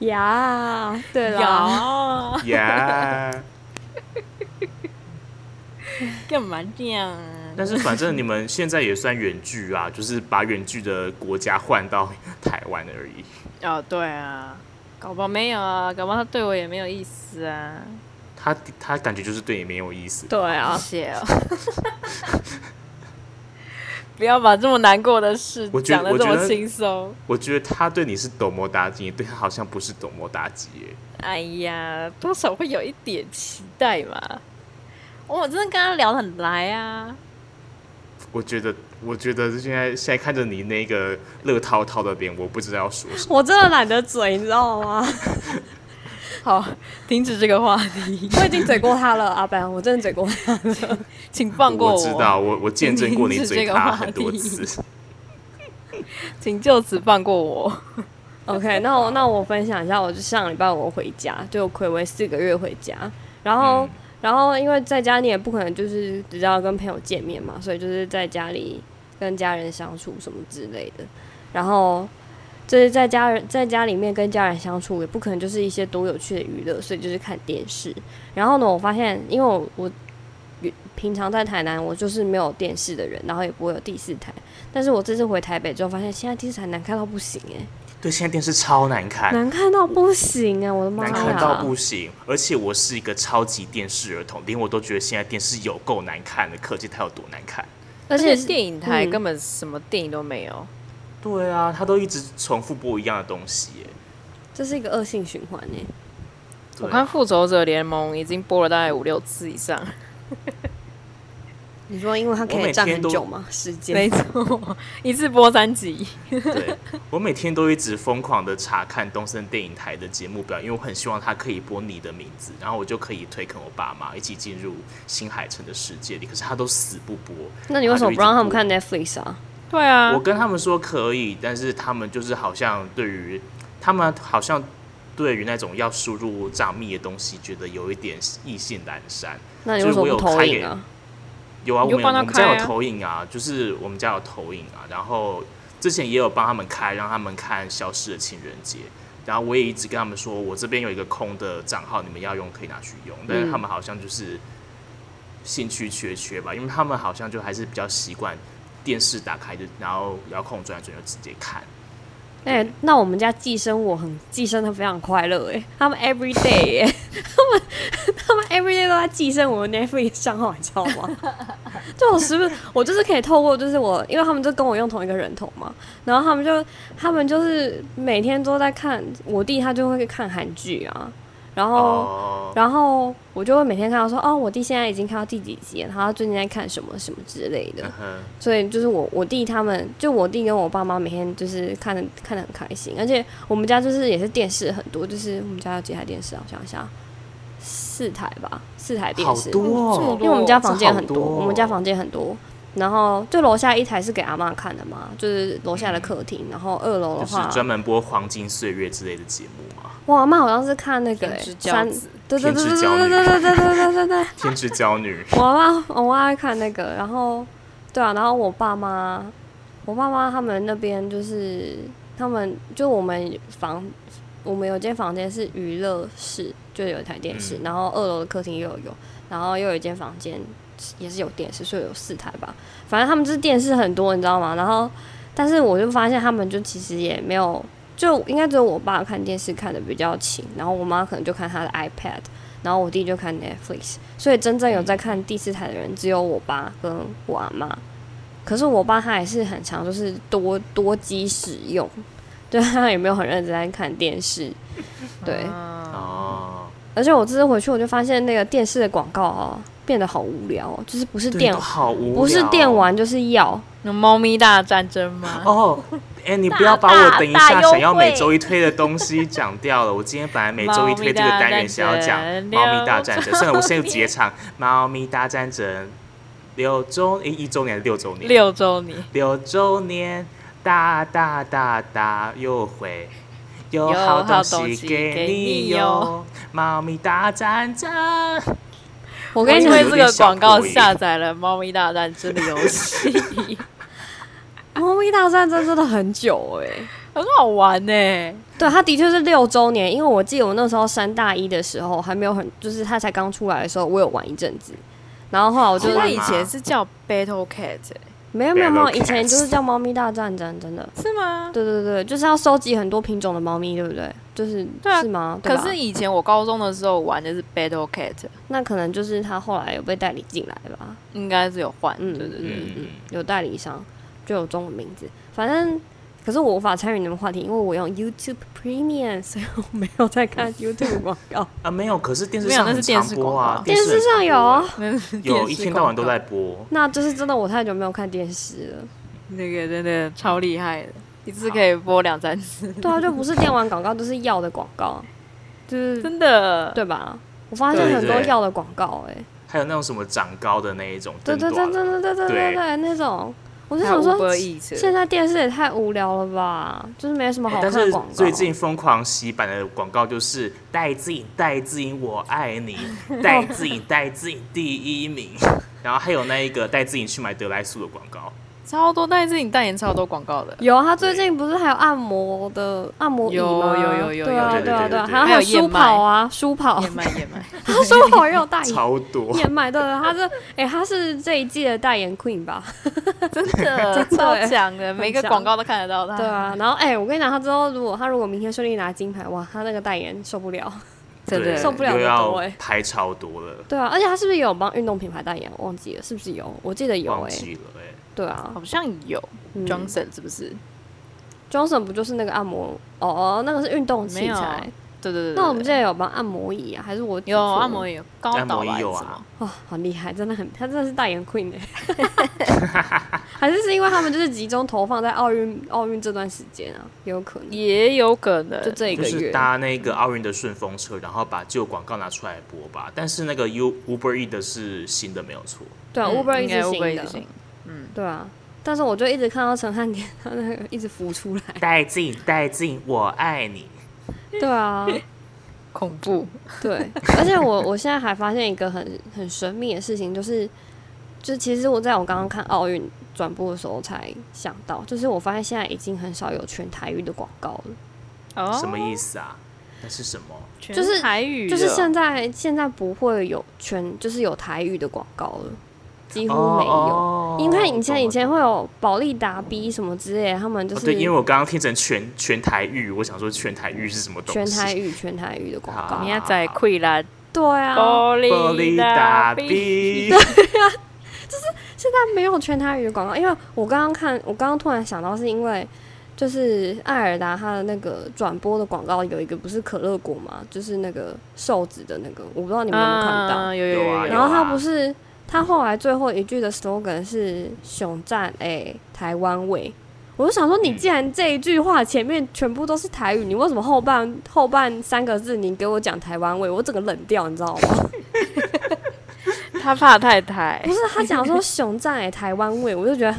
Speaker 3: 呀、对
Speaker 1: 有
Speaker 3: 啦，
Speaker 1: 啊，
Speaker 2: 呀、
Speaker 1: 干嘛这样啊？
Speaker 2: 但是反正你们现在也算远距啊，就是把远距的国家换到台湾而已。
Speaker 1: 哦，对啊，搞不好没有啊，搞不好他对我也没有意思啊。
Speaker 2: 他他感觉就是对你没有意思。
Speaker 3: 对啊，
Speaker 1: 谢哦。不要把这么难过的事
Speaker 2: 我觉得
Speaker 1: 讲得这
Speaker 2: 我
Speaker 1: 么
Speaker 2: 觉得
Speaker 1: 轻松。
Speaker 2: 我觉得他对你是抖摩打击，你对他好像不是抖摩打击耶。
Speaker 1: 哎呀，多少会有一点期待嘛。哦我真的跟他聊得很来啊，
Speaker 2: 我觉得，我觉得现在现在看着你那个乐滔滔的脸，我不知道要说什么。
Speaker 3: 我真的懒得嘴，你知道吗？ (laughs)
Speaker 1: 好，停止这个话题，
Speaker 3: 我已经嘴过他了，阿班，我真的嘴过他了。
Speaker 1: 请放过
Speaker 2: 我知道，我我见证过
Speaker 1: 明明
Speaker 2: 你
Speaker 1: 是
Speaker 2: 嘴
Speaker 1: 这个
Speaker 2: 他
Speaker 1: 话
Speaker 2: 很多
Speaker 1: 题
Speaker 2: 次。
Speaker 1: 请就此放过我。
Speaker 3: OK，那我那我分享一下，我就上礼拜我回家，就暌违四个月回家，然后、
Speaker 2: 嗯
Speaker 3: 然后因为在家你也不可能就是只要跟朋友见面嘛，所以就是在家里跟家人相处什么之类的，然后就是在家人在家里面跟家人相处，也不可能就是一些多有趣的娱乐，所以就是看电视。然后呢，我发现因为我我平常在台南我就是没有电视的人，然后也不会有第四台，但是我这次回台北之后，发现现在第四台难看到不行哎、
Speaker 2: 对，现在电视超难看，
Speaker 3: 难看到不行啊！我的妈
Speaker 2: 难
Speaker 3: 呀，
Speaker 2: 看到不行。而且我是一个超级电视儿童，连我都觉得现在电视有够难看的，可见它有多难看。
Speaker 3: 而且
Speaker 1: 且
Speaker 3: 是
Speaker 1: 电影台
Speaker 3: 嗯
Speaker 1: 根本什么电影都没有。
Speaker 2: 对啊，它都一直重复播一样的东西耶。
Speaker 3: 这是一个恶性循环欸呢、
Speaker 2: 对
Speaker 1: 我
Speaker 2: 啊
Speaker 1: 看《复仇者联盟》已经播了大概五六次以 (laughs) 上，
Speaker 3: 你说，因为它可
Speaker 2: 我
Speaker 3: 以
Speaker 2: 每
Speaker 3: 站
Speaker 2: 天
Speaker 3: 很
Speaker 2: 都
Speaker 3: 久吗？时间
Speaker 1: 没错，一次播三集。
Speaker 2: 对，我每天都一直疯狂的查看东森电影台的节目表，因为我很希望它可以播你的名字，然后我就可以推坑我爸妈一起进入新海诚的世界里。可是他都死不播。
Speaker 3: 那你为什么不让他们
Speaker 2: 它就一直
Speaker 3: 看 Netflix 啊？
Speaker 1: 对啊
Speaker 2: 播？我，跟他们说可以，但是他们就是好像对于他们好像对于那种要输入账密的东西，觉得有一点意兴阑珊。
Speaker 3: 那你为什么不投影啊？
Speaker 2: 有啊，
Speaker 1: 你
Speaker 2: 我
Speaker 1: 就
Speaker 2: 们有
Speaker 1: 帮
Speaker 2: 我
Speaker 1: 他
Speaker 2: 们家
Speaker 1: 开
Speaker 2: 有
Speaker 1: 啊
Speaker 2: 投影啊，就是我们家有投影啊，然后之前也有帮他们开，让他们看《消失的情人节》，然后我也一直跟他们说，我这边有一个空的账号，你们要用可以拿去用，但是
Speaker 1: 嗯
Speaker 2: 他们好像就是兴趣缺缺吧，因为他们好像就还是比较习惯电视打开就然后遥控转一转就直接看，
Speaker 3: 哎、那我们家寄生我很寄生的非常快乐哎、他们 every day 耶、 (laughs) 他们他们 every day 都在寄生我的 Netflix 账号，你知道吗？ (laughs) 就我时不时我就是可以透过就是我，因为他们就跟我用同一个人头嘛，然后他们就他们就是每天都在看，我弟他就会看韩剧啊，然后。
Speaker 2: 哦，
Speaker 3: 然后我就会每天看到说，哦，我弟现在已经看到第几集了，然后他最近在看什么什么之类的
Speaker 2: 嗯。哼，
Speaker 3: 所以就是我我弟他们，就我弟跟我爸妈每天就是看的看的很开心，而且我们家就是也是电视很多，就是我们家有几台电视啊，我想一下，四台吧，四台电
Speaker 2: 好
Speaker 3: 视。
Speaker 2: 多
Speaker 1: 这么
Speaker 2: 哦
Speaker 1: 多，
Speaker 3: 因为我们家房间很多，
Speaker 2: 这好多哦
Speaker 3: 我们家房间很多。然后就楼下一台是给阿妈看的嘛，就是楼下的客厅。然后二楼的
Speaker 2: 就是
Speaker 3: 话，
Speaker 2: 专门播《黄金岁月》之类的节目嘛，
Speaker 3: 哇，阿妈好像是看那个、
Speaker 1: 天
Speaker 3: 欸
Speaker 1: 之骄
Speaker 3: 三，
Speaker 1: 子
Speaker 3: 对对
Speaker 2: 天
Speaker 3: 对对
Speaker 2: 之
Speaker 3: 对
Speaker 2: 骄
Speaker 3: 对
Speaker 2: 女
Speaker 3: 对对对对对对。
Speaker 2: 《天之娇女》
Speaker 3: (laughs) 我妈我妈爱看那个，然后对啊，然后我爸妈，我爸妈他们那边就是他们就我们房，我们有间房间是娱乐室，就有一台电视，
Speaker 2: 嗯
Speaker 3: 然后二楼的客厅又有，然后又有一间房间也是有电视，所以有四台吧。反正他们就是电视很多，你知道吗？然后但是我就发现他们就其实也没有。就应该只有我爸看电视看的比较勤，然后我妈可能就看她的 iPad，然后我弟就
Speaker 2: 嗯
Speaker 3: 看 Netflix，所以真正有在看第四台的人只有我爸跟我阿妈，可是我爸他也是很常就是多多机使用， (laughs) 对他也没有很认真在看电视，
Speaker 2: (laughs)
Speaker 3: 对。
Speaker 1: 啊
Speaker 2: 哦，
Speaker 3: 而且我这次回去我就发现那个电视的广告哦、变得好无聊、哦，就是不是
Speaker 2: 对
Speaker 3: 电
Speaker 2: 都好无聊哦
Speaker 3: 不是电玩就是药，
Speaker 1: 那猫咪大战争吗？
Speaker 2: 哦。哎，你不
Speaker 1: 大
Speaker 2: 要把我
Speaker 1: 大
Speaker 2: 等一
Speaker 1: 大
Speaker 2: 下
Speaker 1: 优
Speaker 2: 想要每
Speaker 1: 惠
Speaker 2: 周一推的东西讲掉了。我今天本来每周一推这个单元想要讲《
Speaker 1: 猫
Speaker 2: 猫
Speaker 1: 咪
Speaker 2: 咪
Speaker 1: 大
Speaker 2: 大
Speaker 1: 战
Speaker 2: 战
Speaker 1: 争
Speaker 2: 争》，算了，我现在直接唱《猫咪大战争》六周诶一周年还是六周年？
Speaker 1: 六周年，
Speaker 2: 六周年，大大大大优惠，有
Speaker 1: 有
Speaker 2: 好
Speaker 1: 好
Speaker 2: 东
Speaker 1: 东西
Speaker 2: 西给
Speaker 1: 给你
Speaker 2: 你
Speaker 1: 哟
Speaker 2: 哟！猫咪大战争，
Speaker 3: 我
Speaker 1: 我
Speaker 3: 跟
Speaker 1: 因
Speaker 3: 你讲
Speaker 1: 为
Speaker 2: 有
Speaker 1: 这
Speaker 2: 点
Speaker 1: 个
Speaker 2: 小
Speaker 1: 广告
Speaker 2: 过瘾
Speaker 1: 下载了《猫咪大战争》的游戏，
Speaker 3: 猫咪大战争真的很久哎、
Speaker 1: (laughs) 很好玩欸呢、
Speaker 3: 对，它的确是六周年，因为我记得我那时候升大一的时候还没有很，就是它才刚出来的时候，我有玩一阵子，然后后来我就
Speaker 1: 其
Speaker 2: 好
Speaker 1: 实
Speaker 2: 玩
Speaker 1: 以
Speaker 2: 吗
Speaker 1: 前是叫 Battle Cat，、欸、
Speaker 3: 没有没有没有，
Speaker 2: Battle
Speaker 3: 以前
Speaker 2: Cats
Speaker 3: 就是叫猫咪大战争，真的，
Speaker 1: 是吗？
Speaker 3: 对对对，就是要收集很多品种的猫咪，对不对？就是
Speaker 1: 对啊
Speaker 3: 是吗？对
Speaker 1: 可
Speaker 3: 吧
Speaker 1: 是以前我高中的时候玩的是 Battle Cat，
Speaker 3: 那可能就是它后来有被代理进来吧，
Speaker 1: 应该是有换，
Speaker 3: 嗯
Speaker 1: 对对对。
Speaker 3: 嗯嗯，有代理商就有中文名字，反正。可是我无法参与你们话题，因为我用 YouTube Premium，所以我没有在看 YouTube 广告。
Speaker 2: 啊，没有，可是电视
Speaker 1: 没有
Speaker 2: 上
Speaker 1: 那
Speaker 2: 很
Speaker 1: 是电
Speaker 2: 常
Speaker 1: 视
Speaker 2: 播
Speaker 1: 广
Speaker 2: 啊
Speaker 1: 告，
Speaker 3: 电视
Speaker 2: 很常
Speaker 3: 上有
Speaker 2: 播
Speaker 3: 啊
Speaker 2: 欸，
Speaker 1: 那是
Speaker 2: 有
Speaker 1: 电
Speaker 2: 一
Speaker 1: 视
Speaker 2: 天到晚
Speaker 1: 广
Speaker 2: 都
Speaker 1: 告
Speaker 2: 在播。
Speaker 3: 那就是真的，我太久没有看电视了。
Speaker 1: 那个真的超厉害的，一次可以播两三次，
Speaker 3: 对啊，就不是电玩广告，就是药的广告，就是
Speaker 1: 真的。
Speaker 3: 对吧？我发现很多药的广告、哎，
Speaker 2: 还有那种什么长高的那一种，啊
Speaker 3: 对对
Speaker 2: 灯短
Speaker 3: 对对
Speaker 2: 的
Speaker 3: 对对对对对，那种，我就
Speaker 1: 还有
Speaker 3: 想
Speaker 1: Uber
Speaker 3: 说，
Speaker 1: Eats，哎
Speaker 3: 现在电视也太无聊了吧，就是没什么好
Speaker 2: 哎但
Speaker 3: 看的
Speaker 2: 是
Speaker 3: 广告。
Speaker 2: 最近疯狂洗版的广告就是戴志颖，戴志颖我爱
Speaker 3: (laughs)
Speaker 2: 你，戴志颖，戴志颖第一名。 (laughs) 然后还有那一个戴志颖去买德莱素的广告，
Speaker 1: 超多，但是你代言超多广告的，
Speaker 3: 有啊，他最近不是还有按摩的按摩椅
Speaker 1: 有
Speaker 3: 吗？
Speaker 1: 有有有
Speaker 3: 对
Speaker 1: 有
Speaker 3: 啊
Speaker 1: 对
Speaker 3: 对啊
Speaker 2: 对对
Speaker 3: 对啊，
Speaker 2: 对
Speaker 3: 还
Speaker 1: 还有
Speaker 3: 有
Speaker 1: 燕
Speaker 3: 舒
Speaker 1: 麦
Speaker 3: 跑啊，舒跑，
Speaker 1: 燕麦燕麦，
Speaker 3: (laughs) 他舒跑哎也有代言。
Speaker 2: 超多。
Speaker 3: 燕麦对对，他是哎、他是这一季的代言 queen 吧？
Speaker 1: (laughs) (laughs) 真的
Speaker 3: 真的
Speaker 1: 超
Speaker 3: 耶
Speaker 1: 强的，每个
Speaker 3: 强
Speaker 1: 广告都看得到他。
Speaker 3: 对，啊，然后哎、我跟你讲，他之后如果他如果明天顺利拿金牌，哇，他那个代言受不了。
Speaker 1: 真的
Speaker 2: 对
Speaker 3: 受不了
Speaker 2: 又
Speaker 3: 的多
Speaker 2: 要
Speaker 3: 欸
Speaker 2: 拍超多了，
Speaker 3: 对啊，而且他是不是也有帮运动品牌代言？我忘记了，是不是有？我记得有
Speaker 2: 忘
Speaker 3: 哎、
Speaker 2: 记了哎、
Speaker 3: 对啊、
Speaker 1: 好像有
Speaker 3: 嗯、
Speaker 1: 哦 Johnson 是不是？
Speaker 3: Johnson 不就是那个按摩？哦哦，那个是运动
Speaker 1: 没
Speaker 3: 器
Speaker 1: 有
Speaker 3: 材。
Speaker 1: 对对对，对
Speaker 3: 那我们现在有帮按摩椅啊，还是我
Speaker 1: 有按摩
Speaker 3: 椅？
Speaker 1: 也有高
Speaker 2: 按
Speaker 1: 岛
Speaker 2: 摩
Speaker 1: 吧
Speaker 2: 也有
Speaker 1: 还
Speaker 2: 啊
Speaker 1: 是什么？
Speaker 3: 哇、好厉害，真的很，他真的是代言 queen 哎、 (laughs) 还是是因为他们就是集中投放在奥运奥运这段时间啊，也有可能。
Speaker 1: 也有可
Speaker 3: 就
Speaker 1: 能。
Speaker 3: 这一
Speaker 2: 就
Speaker 3: 个
Speaker 2: 是
Speaker 3: 月，
Speaker 2: 搭那个奥运的顺风车，然后把旧广告拿出来播吧。但是那个 U Uber E 的是新的没有错，
Speaker 3: 对啊
Speaker 1: 嗯
Speaker 3: ，Uber 一
Speaker 1: 应
Speaker 3: 直
Speaker 1: 该
Speaker 3: 行
Speaker 1: Uber 一
Speaker 3: 的
Speaker 1: 直，行。嗯，
Speaker 3: 对啊。但是我就一直看到陈汉典他那个一直浮出来，
Speaker 2: 戴志颖，戴志颖我爱你。
Speaker 3: (laughs) 对啊，
Speaker 1: 恐怖。
Speaker 3: 对，而且我我现在还发现一个很很神秘的事情，就是，就其实我在我刚刚看奥运转播的时候才想到，就是我发现现在已经很少有全台语的广告了，
Speaker 1: 哦
Speaker 2: 什么意思啊？那是什么？
Speaker 1: 全
Speaker 3: 就是
Speaker 1: 台语的，
Speaker 3: 就是现在现在不会有全就是有台语的广告了，几乎没有。
Speaker 2: 哦
Speaker 3: 因为以前以前
Speaker 2: 懂了
Speaker 3: 会有保利达 B 什么之类的，他们就
Speaker 2: 哦
Speaker 3: 是
Speaker 2: 对，因为我刚刚听成全全台语，我想说全台语是什么东
Speaker 3: 全
Speaker 2: 西？
Speaker 3: 台语全台语的广告
Speaker 2: 好，
Speaker 1: 你要在溃烂
Speaker 3: 对
Speaker 2: 哦
Speaker 3: 啊，
Speaker 1: 玻
Speaker 2: 玻
Speaker 1: 璃
Speaker 2: 璃
Speaker 1: 大
Speaker 2: 大
Speaker 1: 逼。
Speaker 2: B，
Speaker 3: 没有全台语的广告，因为我刚刚看，我刚刚突然想到，是因为就是艾尔达他的那个转播的广告有一个不是可乐果嘛，就是那个瘦子的那个，我不知道你们有没有看到。
Speaker 1: 嗯有有
Speaker 2: 有啊
Speaker 1: 有
Speaker 3: 然后他不是他后来最后一句的 slogan 是“熊赞哎、台湾味”，我就想说，你既然这一句话前面全部都是台语，你为什么后半后半三个字你给我讲台湾味，我整个冷掉，你知道吗？
Speaker 1: 他怕太 (laughs) 太
Speaker 3: 不，是他讲说“熊赞哎、台湾味”，我就觉得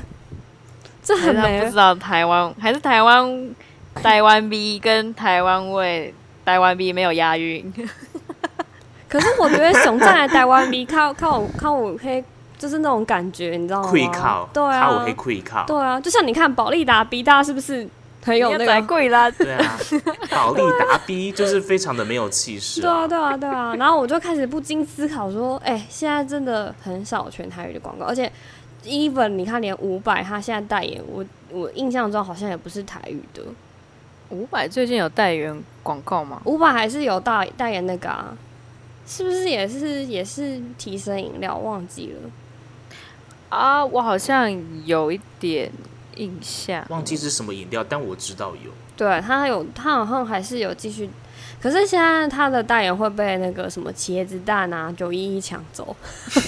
Speaker 3: 这
Speaker 1: 还
Speaker 3: 很
Speaker 1: 是他
Speaker 3: 没
Speaker 1: 不知道台湾还是台湾台湾逼跟台湾味。台湾逼没有押韵，
Speaker 3: 可是我觉得熊站来台湾比 (laughs) 靠靠我靠我黑，就是那种感觉，你知道吗？
Speaker 2: 溃靠，
Speaker 3: 对啊，
Speaker 2: 他我会溃靠，
Speaker 3: 对啊，就像你看保利达 B 大家是不是很有那
Speaker 1: 你要在
Speaker 3: 个？
Speaker 1: 溃烂
Speaker 2: 对啊，保利达 B 就是非常的没有气势、
Speaker 3: 对啊，对啊，对啊。 (laughs) 然后我就开始不禁思考说，哎、现在真的很少全台语的广告，而且 even 你看连伍佰他现在代言，我我印象中好像也不是台语的，
Speaker 1: 五百最近有代言广告吗？
Speaker 3: 伍佰还是有代代言那个啊，是不是也是也是提神饮料？忘记了。
Speaker 1: 啊，我好像有一点印象。
Speaker 2: 忘记是什么饮料，但我知道有。
Speaker 3: 对他有，他好像还是有继续，可是现在他的代言会被那个什么茄子蛋啊、九一一抢走。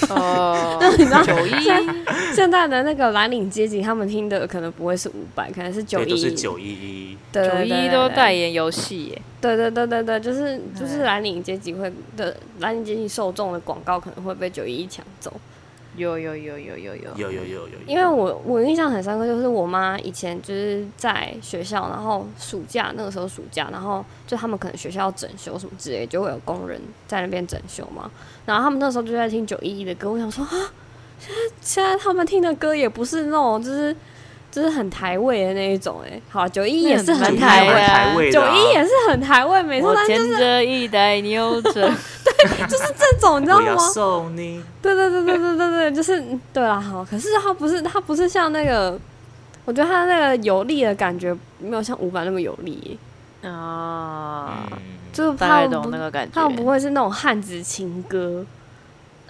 Speaker 1: 哦，
Speaker 3: 你知道
Speaker 1: (laughs) 九一
Speaker 3: 现在现在的那个蓝领阶级，他们听的可能不会是五百，可能是九
Speaker 2: 对，
Speaker 3: 一，
Speaker 2: 都是九一一。
Speaker 3: 对，
Speaker 1: 九
Speaker 3: 对
Speaker 1: 一都代，言哎游戏耶，
Speaker 3: 对对对对对对，就是就是
Speaker 1: 对
Speaker 3: 蓝领阶级会的蓝领阶级受众的广告可能会被九一一抢走。
Speaker 1: 有有有有有有
Speaker 2: 有有有有。
Speaker 3: 因为我我印象很深刻，就是我妈以前就是在学校，然后暑假那个时候暑假，然后就他们可能学校要整修什么之类，就会有工人在那边整修嘛。然后他们那时候就在听九一一的歌，我想说啊， (laughs) 现在现在他们听的歌也不是那种就是就是很台味的那一种哎、好九一一也是
Speaker 1: 那
Speaker 2: 九
Speaker 3: 很
Speaker 1: 很
Speaker 2: 一
Speaker 3: 台
Speaker 2: 还蛮
Speaker 1: 味
Speaker 3: 味，
Speaker 1: 啊
Speaker 2: 台味的
Speaker 3: 九
Speaker 2: 啊，
Speaker 3: 一也是很台味，没错，
Speaker 1: 我
Speaker 3: 但是
Speaker 1: 牵着一袋牛 (laughs) 着，
Speaker 3: 这种你知道
Speaker 2: 我要
Speaker 3: 吗？
Speaker 2: 送你。
Speaker 3: 对对对对对对对，就是嗯对啦，好，可是它不是它不是像那个，我觉得它那个有力的感觉没有像五百那么有力，
Speaker 1: 啊，
Speaker 2: 嗯
Speaker 3: 就是
Speaker 1: 大
Speaker 3: 它
Speaker 1: 概懂
Speaker 3: 不
Speaker 1: 那个感觉。
Speaker 3: 它不会是那种汉子情歌，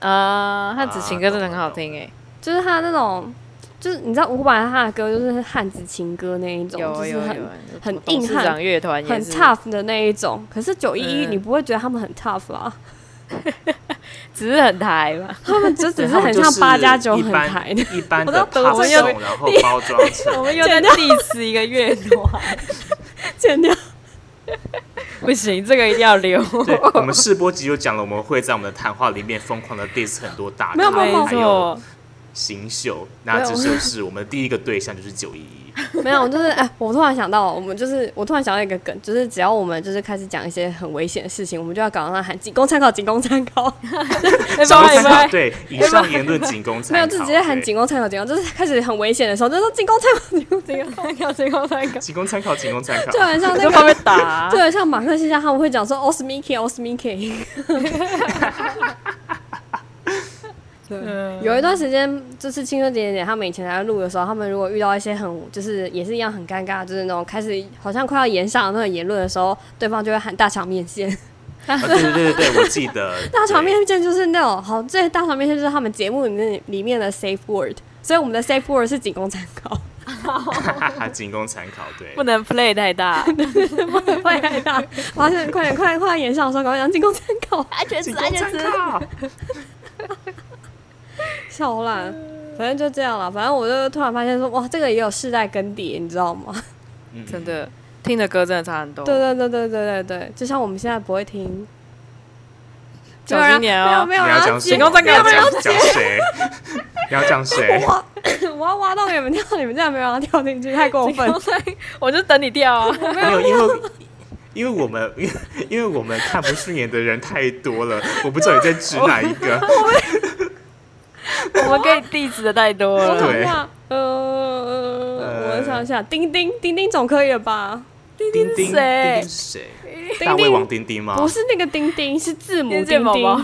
Speaker 1: 啊，汉子情歌真的很好听哎，
Speaker 3: 就是它那种就是你知道五百他的歌就是汉子情歌那一种，
Speaker 1: 有
Speaker 3: 就
Speaker 1: 有
Speaker 3: 是
Speaker 1: 有
Speaker 3: 很
Speaker 1: 有，
Speaker 3: 很
Speaker 1: 董
Speaker 3: 硬
Speaker 1: 事
Speaker 3: 汉
Speaker 1: 长乐团也
Speaker 3: 很
Speaker 1: 是
Speaker 3: tough 的那一种。可是九一一
Speaker 1: 嗯
Speaker 3: 你不会觉得他们很
Speaker 1: (laughs)
Speaker 3: tough 啦，
Speaker 1: 只是很台 (laughs) 嘛。
Speaker 3: 他们就只
Speaker 2: 对
Speaker 3: 是
Speaker 2: 他们
Speaker 3: 很
Speaker 2: 就
Speaker 3: 像
Speaker 2: 是
Speaker 3: 八加九
Speaker 2: 一
Speaker 3: 很
Speaker 2: 般
Speaker 3: 台的。
Speaker 2: 一般
Speaker 3: 我都
Speaker 2: 的
Speaker 3: 懂
Speaker 2: 泡
Speaker 1: 我有
Speaker 2: 送，然后包装成
Speaker 1: 我们又在 diss 一个乐团，
Speaker 3: 剪掉，
Speaker 1: (laughs) 不行，这个一定要留。
Speaker 2: (laughs) 对，我们试播集就讲了，我们会在我们的谈话里面疯狂的 diss 很多大咖，
Speaker 3: 没有没
Speaker 1: (laughs)
Speaker 3: 有
Speaker 1: 没
Speaker 2: 还有
Speaker 1: 错，
Speaker 2: 新秀，那这就是我们的第一个对象就是九一一，
Speaker 3: (laughs) 没有，就是哎、我突然想到，我们就是我突然想到一个梗，就是只要我们就是开始讲一些很危险的事情，我们就要搞上喊“仅供参考，仅供参考
Speaker 1: 哎
Speaker 2: 仅供
Speaker 1: 拜
Speaker 2: 参考，
Speaker 1: 拜。
Speaker 2: 对，以上言论仅供”，
Speaker 3: 没
Speaker 2: 参
Speaker 3: 有
Speaker 2: 考，
Speaker 3: 就直接喊“
Speaker 2: 对
Speaker 3: 仅供参考，仅供”，就是开始很危险的时候，就说“仅供参考，仅供参考，仅供参考”，
Speaker 2: 仅供参考，仅供
Speaker 3: (laughs)
Speaker 2: 参考
Speaker 3: 就，很像那
Speaker 1: 就怕被
Speaker 3: 个，
Speaker 1: 打啊、
Speaker 3: 就很像马克西亚他们会讲说 “osmiki (laughs) osmiki”。
Speaker 1: 嗯
Speaker 3: 有一段时间，就是青春点点点，他们以前在录的时候，他们如果遇到一些很就是也是一样很尴尬，就是那种开始好像快要演上那个言论的时候，对方就会喊“大肠面线”。
Speaker 2: 啊对对对对，对我记得
Speaker 3: 大肠
Speaker 2: 对
Speaker 3: 面线就是那种好，这大肠面线就是他们节目里面里面的 safe word，所以我们的 safe word 是仅供参考，
Speaker 2: 哈哈哈，仅供参考，对
Speaker 1: 不，能 play 太大， (laughs)
Speaker 3: 不能快太大。发现快点快点快点演上的时候，赶快讲仅供参考，
Speaker 1: 安全
Speaker 2: 仅供参考，
Speaker 3: 笑烂。反正就这样了，反正我就突然发现说，哇，这个也有世代更迭，你知道吗？
Speaker 2: 嗯
Speaker 1: 真，的听的歌真的差很多。
Speaker 3: 对对对对对对对，就像我们现在不会听，
Speaker 1: 小心点哦
Speaker 3: 没
Speaker 2: 你
Speaker 3: 有没有啊
Speaker 2: 要
Speaker 3: 人
Speaker 2: 讲
Speaker 3: 要
Speaker 2: 谁？
Speaker 1: 仅
Speaker 2: 你
Speaker 1: 供
Speaker 2: 要
Speaker 1: 参考
Speaker 2: 讲讲谁？ (laughs) 你要讲谁？
Speaker 3: 接我要挖到你们跳，你们竟然没有让它跳进去，太过分
Speaker 1: 然后。所以我就等你跳 (laughs) 啊！
Speaker 2: 没有，因为因为我们 (laughs) 因为因为我们看不顺眼的人太多了，我不知道你在指哪一个。
Speaker 1: 我们可以 diss 的太多
Speaker 3: 我
Speaker 1: 了。
Speaker 3: 想一
Speaker 2: 对
Speaker 3: 下，呃，我想一下，丁丁丁丁总可以了吧？
Speaker 2: 丁丁
Speaker 1: 是谁
Speaker 2: 丁是谁？
Speaker 3: 丁
Speaker 2: 大胃王
Speaker 3: 丁
Speaker 2: 丁丁吗？
Speaker 3: 不是那个丁丁，是字母啊
Speaker 1: 天
Speaker 3: 丁
Speaker 1: 线宝宝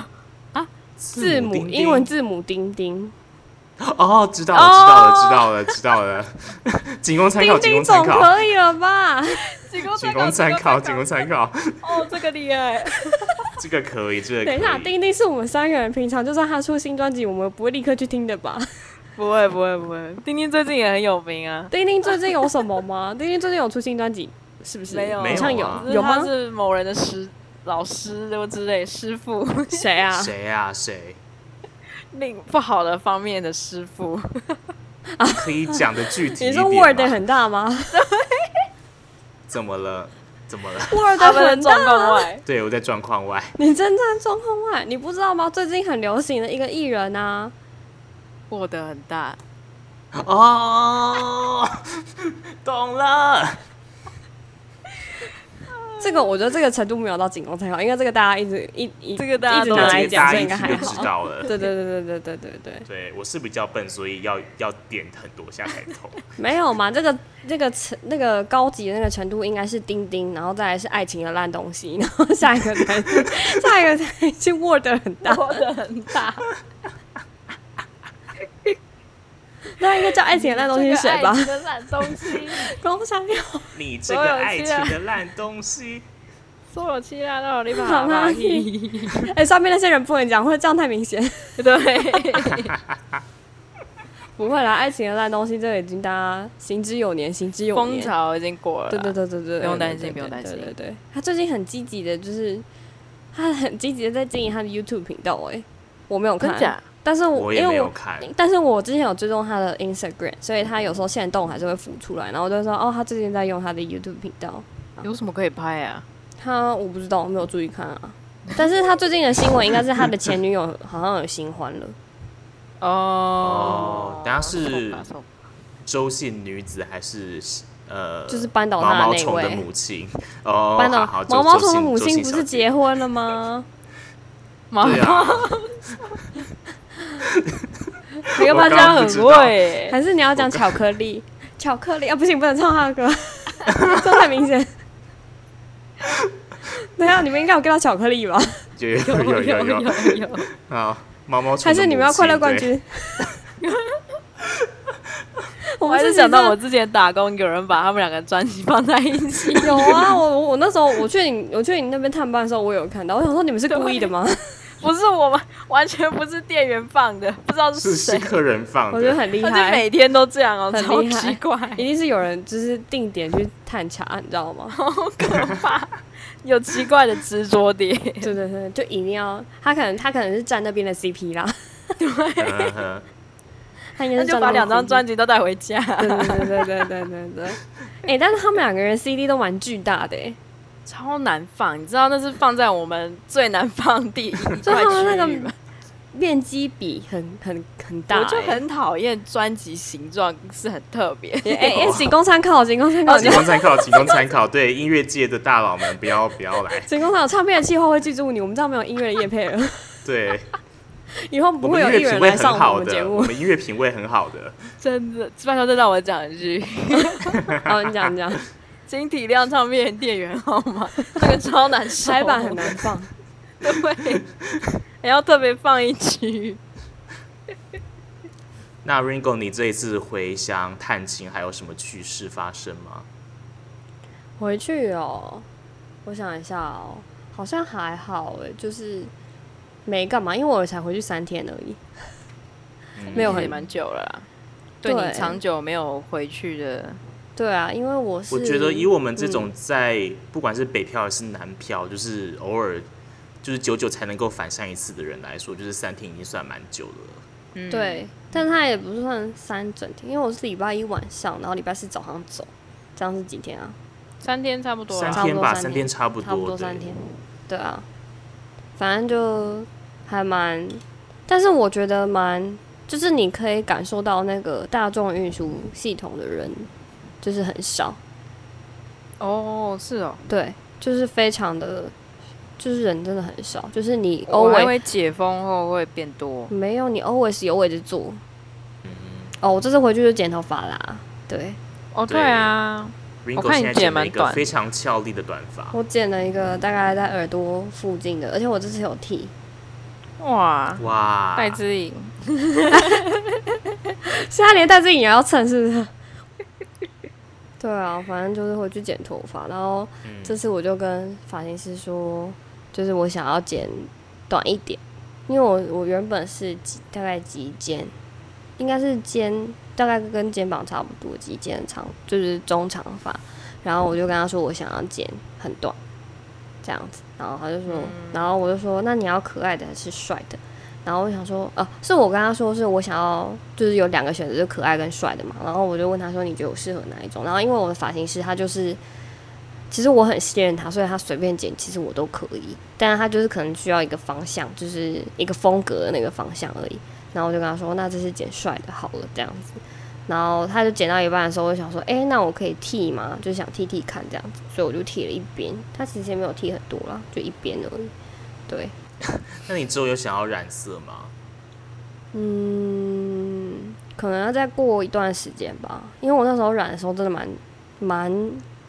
Speaker 3: 丁，字母
Speaker 2: 丁丁
Speaker 3: 英文字母丁丁。
Speaker 2: 哦，知道
Speaker 1: 哦
Speaker 2: 了，知道了，知道了，知道了。 (laughs) 仅供参考，仅
Speaker 3: 丁
Speaker 2: 供
Speaker 3: 丁
Speaker 2: 参
Speaker 3: 总
Speaker 2: 考，
Speaker 3: 可以了吧？ (laughs)
Speaker 1: 仅供
Speaker 2: (laughs) 仅供参考，仅供参考。
Speaker 1: 哦，这个厉害！
Speaker 2: 这个可以，这个可以
Speaker 3: 等一下，丁丁是我们三个人平常就算他出新专辑，我们不会立刻去听的吧？ (laughs)
Speaker 1: 不会不会不会，丁丁最近也很有名啊。
Speaker 3: 丁丁最近有什么吗？丁丁最近有出新专辑是不是？
Speaker 1: 没有啊
Speaker 3: 好像有
Speaker 2: 没啊
Speaker 1: 就是
Speaker 3: 有
Speaker 1: 他
Speaker 3: 吗？
Speaker 1: 是某人的师老师或之类师 (laughs) 傅，
Speaker 3: 谁啊？
Speaker 2: 谁啊？谁
Speaker 1: 另不好的方面的师 (laughs) 傅。
Speaker 2: 可以讲的具体一点
Speaker 3: 你说
Speaker 2: 吗
Speaker 3: Word 很大吗
Speaker 2: (laughs) 怎么了？怎么了？
Speaker 3: ？Word
Speaker 1: 他们
Speaker 3: 很
Speaker 1: 的状
Speaker 3: 大，
Speaker 1: 况 (laughs) 外，
Speaker 2: 对我在状况外，
Speaker 3: 你真在状况外，你不知道吗？最近很流行的一个艺人啊，
Speaker 1: 获得很大。
Speaker 2: 哦， (laughs) 懂了。
Speaker 3: 这个我觉得这个程度没有到仅供参考，因为这个大家一直一一
Speaker 1: 这个大家
Speaker 3: 一直
Speaker 1: 都
Speaker 3: 拿
Speaker 2: 那
Speaker 3: 来
Speaker 2: 这个
Speaker 3: 讲，
Speaker 2: 大
Speaker 3: 所
Speaker 2: 家
Speaker 3: 以
Speaker 2: 一
Speaker 3: 应该还
Speaker 2: 听就知
Speaker 3: 好。
Speaker 2: 道了。
Speaker 3: (laughs) 对对对对对对对对，
Speaker 2: 对，我是比较笨，所以要要点很多下才
Speaker 3: (laughs)
Speaker 2: 投。
Speaker 3: 没有嘛？这个这个程那个高级的那个程度应该是钉钉，然后再来是爱情的烂东西，然后下一个才是
Speaker 1: (laughs)
Speaker 3: 下一个才是 Word 很大，
Speaker 1: 获得很 (laughs) 大，
Speaker 3: 那应该叫爱情的烂东西是谁吧？
Speaker 1: 的烂东 (laughs) 西，
Speaker 3: (laughs) 光想要
Speaker 2: 你这个
Speaker 3: 啊
Speaker 2: 爱情的烂东西，
Speaker 1: 所有其他都有你把
Speaker 3: 好吧
Speaker 1: 把 (laughs) 你。 (laughs)
Speaker 3: 哎、上面那些人不能讲，会这样太明显。
Speaker 1: 对，
Speaker 3: (laughs) 不会啦，爱情的烂东西，这已经大家行之有年，行之有
Speaker 1: 风
Speaker 3: 年。
Speaker 1: 潮已经过了啦，
Speaker 3: 对对对对对，
Speaker 1: 不用担
Speaker 3: 对
Speaker 1: 心不用担心
Speaker 3: 对对对，他最近很积极的，就是他很积极的在经营他的 YouTube 频道、欸。哎，我没有
Speaker 1: 真
Speaker 3: 看，
Speaker 1: 假？
Speaker 3: 但是
Speaker 2: 我
Speaker 3: 我
Speaker 2: 也
Speaker 3: 因
Speaker 2: 没
Speaker 3: 为
Speaker 2: 有
Speaker 3: 我。
Speaker 2: 看，
Speaker 3: 但是我之前有追踪他的 Instagram，所以他有时候现动还是会浮出来，然后我就会说哦，他最近在用他的 YouTube 频道。
Speaker 1: 有什么可以拍啊？
Speaker 3: 他我不知道，我没有注意看啊。但是他最近的新闻应该是他的前女友好像有新欢了，
Speaker 1: 哦
Speaker 2: 哦，等下
Speaker 1: 送
Speaker 2: 是
Speaker 1: 吧送吧
Speaker 2: 周姓女子还是呃，
Speaker 3: 就是扳倒
Speaker 2: 毛
Speaker 3: 他
Speaker 2: 毛
Speaker 3: 那
Speaker 2: 虫的
Speaker 3: 位。
Speaker 2: 母亲哦，
Speaker 3: 扳倒
Speaker 2: 好好周
Speaker 3: 毛毛
Speaker 2: 周
Speaker 3: 虫的
Speaker 2: 姓
Speaker 3: 母
Speaker 2: 周
Speaker 3: 亲
Speaker 2: 姓
Speaker 3: 不
Speaker 2: 小
Speaker 3: 是
Speaker 2: 姐
Speaker 3: 结婚了
Speaker 2: (laughs)
Speaker 3: 吗？
Speaker 1: 毛
Speaker 2: 对
Speaker 1: (laughs)
Speaker 2: 啊，
Speaker 1: 你干嘛这样很会欸？
Speaker 3: 还是你要讲巧克力？巧克力啊，不行，不能唱他的歌， (laughs) 这太明显。 (laughs) 等一下，你们应该有 get 到巧克力吧？
Speaker 2: 有 (laughs) 啊
Speaker 3: (laughs)
Speaker 2: 有有有有
Speaker 1: (laughs) 有，
Speaker 2: 好，毛毛虫
Speaker 3: 还是你们要快乐冠？
Speaker 2: 对
Speaker 3: 军？ (laughs) 我
Speaker 1: 我
Speaker 3: 们
Speaker 1: 还
Speaker 3: 是
Speaker 1: 是想到我之前打工，有人把他们两个专辑放在一起， (laughs)
Speaker 3: 有啊，我我我那时候我去你我去你那边探班的时候，我有看到，我想说你们是故意的
Speaker 1: (laughs)
Speaker 3: 吗？
Speaker 1: 不是我们，完全不是店员放的，不知道
Speaker 2: (laughs) 是
Speaker 1: 是
Speaker 2: 是
Speaker 1: 谁，
Speaker 2: 客人放的，
Speaker 3: 我觉得很厉
Speaker 1: 他就
Speaker 3: 害，
Speaker 1: 每天都这样哦，
Speaker 3: 很
Speaker 1: 超
Speaker 3: 厉害
Speaker 1: 奇怪，
Speaker 3: 一定是有人就是定点去探查，你知道吗？
Speaker 1: 哦 (laughs) 有奇怪的执着点。
Speaker 3: 对对对，就一定要他可能他可能是站那边的 CP 啦，
Speaker 2: 嗯哼
Speaker 3: 他应该
Speaker 1: 那
Speaker 3: 是
Speaker 1: 就
Speaker 3: 站
Speaker 1: 把
Speaker 3: 那边
Speaker 1: 两
Speaker 3: 的
Speaker 1: 张
Speaker 3: CP
Speaker 1: 专辑都带回家，
Speaker 3: 对对对对对对对。哎、但是他们两个人 CD 都蛮巨大的、欸，
Speaker 1: 超难放，你知道那是放在我们最难放第一块
Speaker 3: 就他们那
Speaker 1: 区域
Speaker 3: 个
Speaker 1: 吗？
Speaker 3: 面积比很很很大、
Speaker 1: 我
Speaker 3: 欸，
Speaker 1: 就很讨厌专辑形状是很特别， (laughs)
Speaker 3: 哎哎、欸仅供参考，仅供参考，
Speaker 1: 哦
Speaker 3: 仅
Speaker 2: 仅供参考，仅供参考。对音乐界的大佬们，不要不要来。
Speaker 3: 仅供参考。唱片的计划会记住你，我们这样没有音乐的叶配了， (laughs)
Speaker 2: 对，
Speaker 3: 以后
Speaker 2: 我
Speaker 3: 不会
Speaker 2: 们
Speaker 3: 有
Speaker 2: 音
Speaker 3: 艺
Speaker 2: 乐品
Speaker 3: 人
Speaker 2: 味
Speaker 3: 来
Speaker 2: 很
Speaker 3: 上我
Speaker 2: 好
Speaker 3: 们节
Speaker 2: 的，我
Speaker 3: 目。
Speaker 2: 们音乐品味很好的。
Speaker 1: 真的。拜托，再让我讲一句，
Speaker 3: (laughs) 好，哦你
Speaker 2: (laughs)
Speaker 3: 讲你讲，
Speaker 1: 请体谅唱片店员好吗？这个超难受，
Speaker 3: 排版很难放，
Speaker 1: (laughs) 对，还要特别放一曲。
Speaker 2: 那 Ringo，你这一次回乡探亲，还有什么趣事发生吗？
Speaker 3: 回去哦。我想一下哦，好像还好哎、就是没干嘛，因为我才回去三天而已。
Speaker 2: 嗯
Speaker 3: 没有
Speaker 1: 也
Speaker 3: 很
Speaker 1: 蛮久了啦。对
Speaker 3: 对
Speaker 1: 你长久没有回去的，
Speaker 3: 对啊，因为我是
Speaker 2: 我觉得以我们这
Speaker 3: 嗯
Speaker 2: 种在不管是北漂还是南漂，就是偶尔就是久久才能够返乡一次的人来说，就是三天已经算蛮久了。
Speaker 1: 嗯，
Speaker 3: 对，但他也不算三整天，因为我是礼拜一晚上，然后礼拜四早上走，这样是几天啊？
Speaker 1: 三天差不多
Speaker 2: 三
Speaker 1: 啦。
Speaker 2: 天吧，
Speaker 3: 差不多三天
Speaker 2: 天差不
Speaker 3: 差不多
Speaker 2: 对
Speaker 3: 三天。对啊，反正就还蛮，但是我觉得蛮，就是你可以感受到那个大众运输系统的人就是很少，
Speaker 1: 哦，是哦，
Speaker 3: 对，就是非常的，就是人真的很少，就是你
Speaker 1: 我还以
Speaker 3: always
Speaker 1: 为解封后会变多。
Speaker 3: 没有你 always 有位置坐。
Speaker 2: 嗯
Speaker 3: 哦，我这次回去就剪头发啦，对。
Speaker 1: 哦，
Speaker 2: 对
Speaker 1: 对啊，我
Speaker 2: Ringo
Speaker 1: 看你
Speaker 2: 现在
Speaker 1: 剪
Speaker 2: 剪了
Speaker 1: 蛮
Speaker 2: 一个
Speaker 1: 短
Speaker 2: 非常俏丽的短发，
Speaker 3: 我剪了一个大概在耳朵附近的，而且我这次有剃，
Speaker 1: 哇，
Speaker 2: 哇！
Speaker 1: 戴之颖，
Speaker 3: (laughs) 现在连戴志颖也要蹭，是不是？对啊，反正就是回去剪头发，然后
Speaker 2: 嗯
Speaker 3: 这次我就跟发型师说，就是我想要剪短一点，因为我我原本是及大概及肩，应该是肩大概跟肩膀差不多，及肩长就是中长发，然后我就跟他说我想要剪很短，这样子，然后他就说，然后我就说那你要可爱的还是帅的？然后我想说，呃，是我跟他说是我想要，就是有两个选择，就可爱跟帅的嘛。然后我就问他说，你觉得我适合哪一种？然后因为我的发型师他就是，其实我很信任他，所以他随便剪，其实我都可以。但是他就是可能需要一个方向，就是一个风格的那个方向而已。然后我就跟他说，那这次剪帅的好了，这样子。然后他就剪到一半的时候，我就想说，哎，那我可以剃吗？就想剃剃看这样子，所以我就剃了一边。他其实也没有剃很多啦，就一边而已。对，
Speaker 2: 那你之后有想要染色吗？
Speaker 3: 嗯，可能要再过一段时间吧，因为我那时候染的时候真的蛮蛮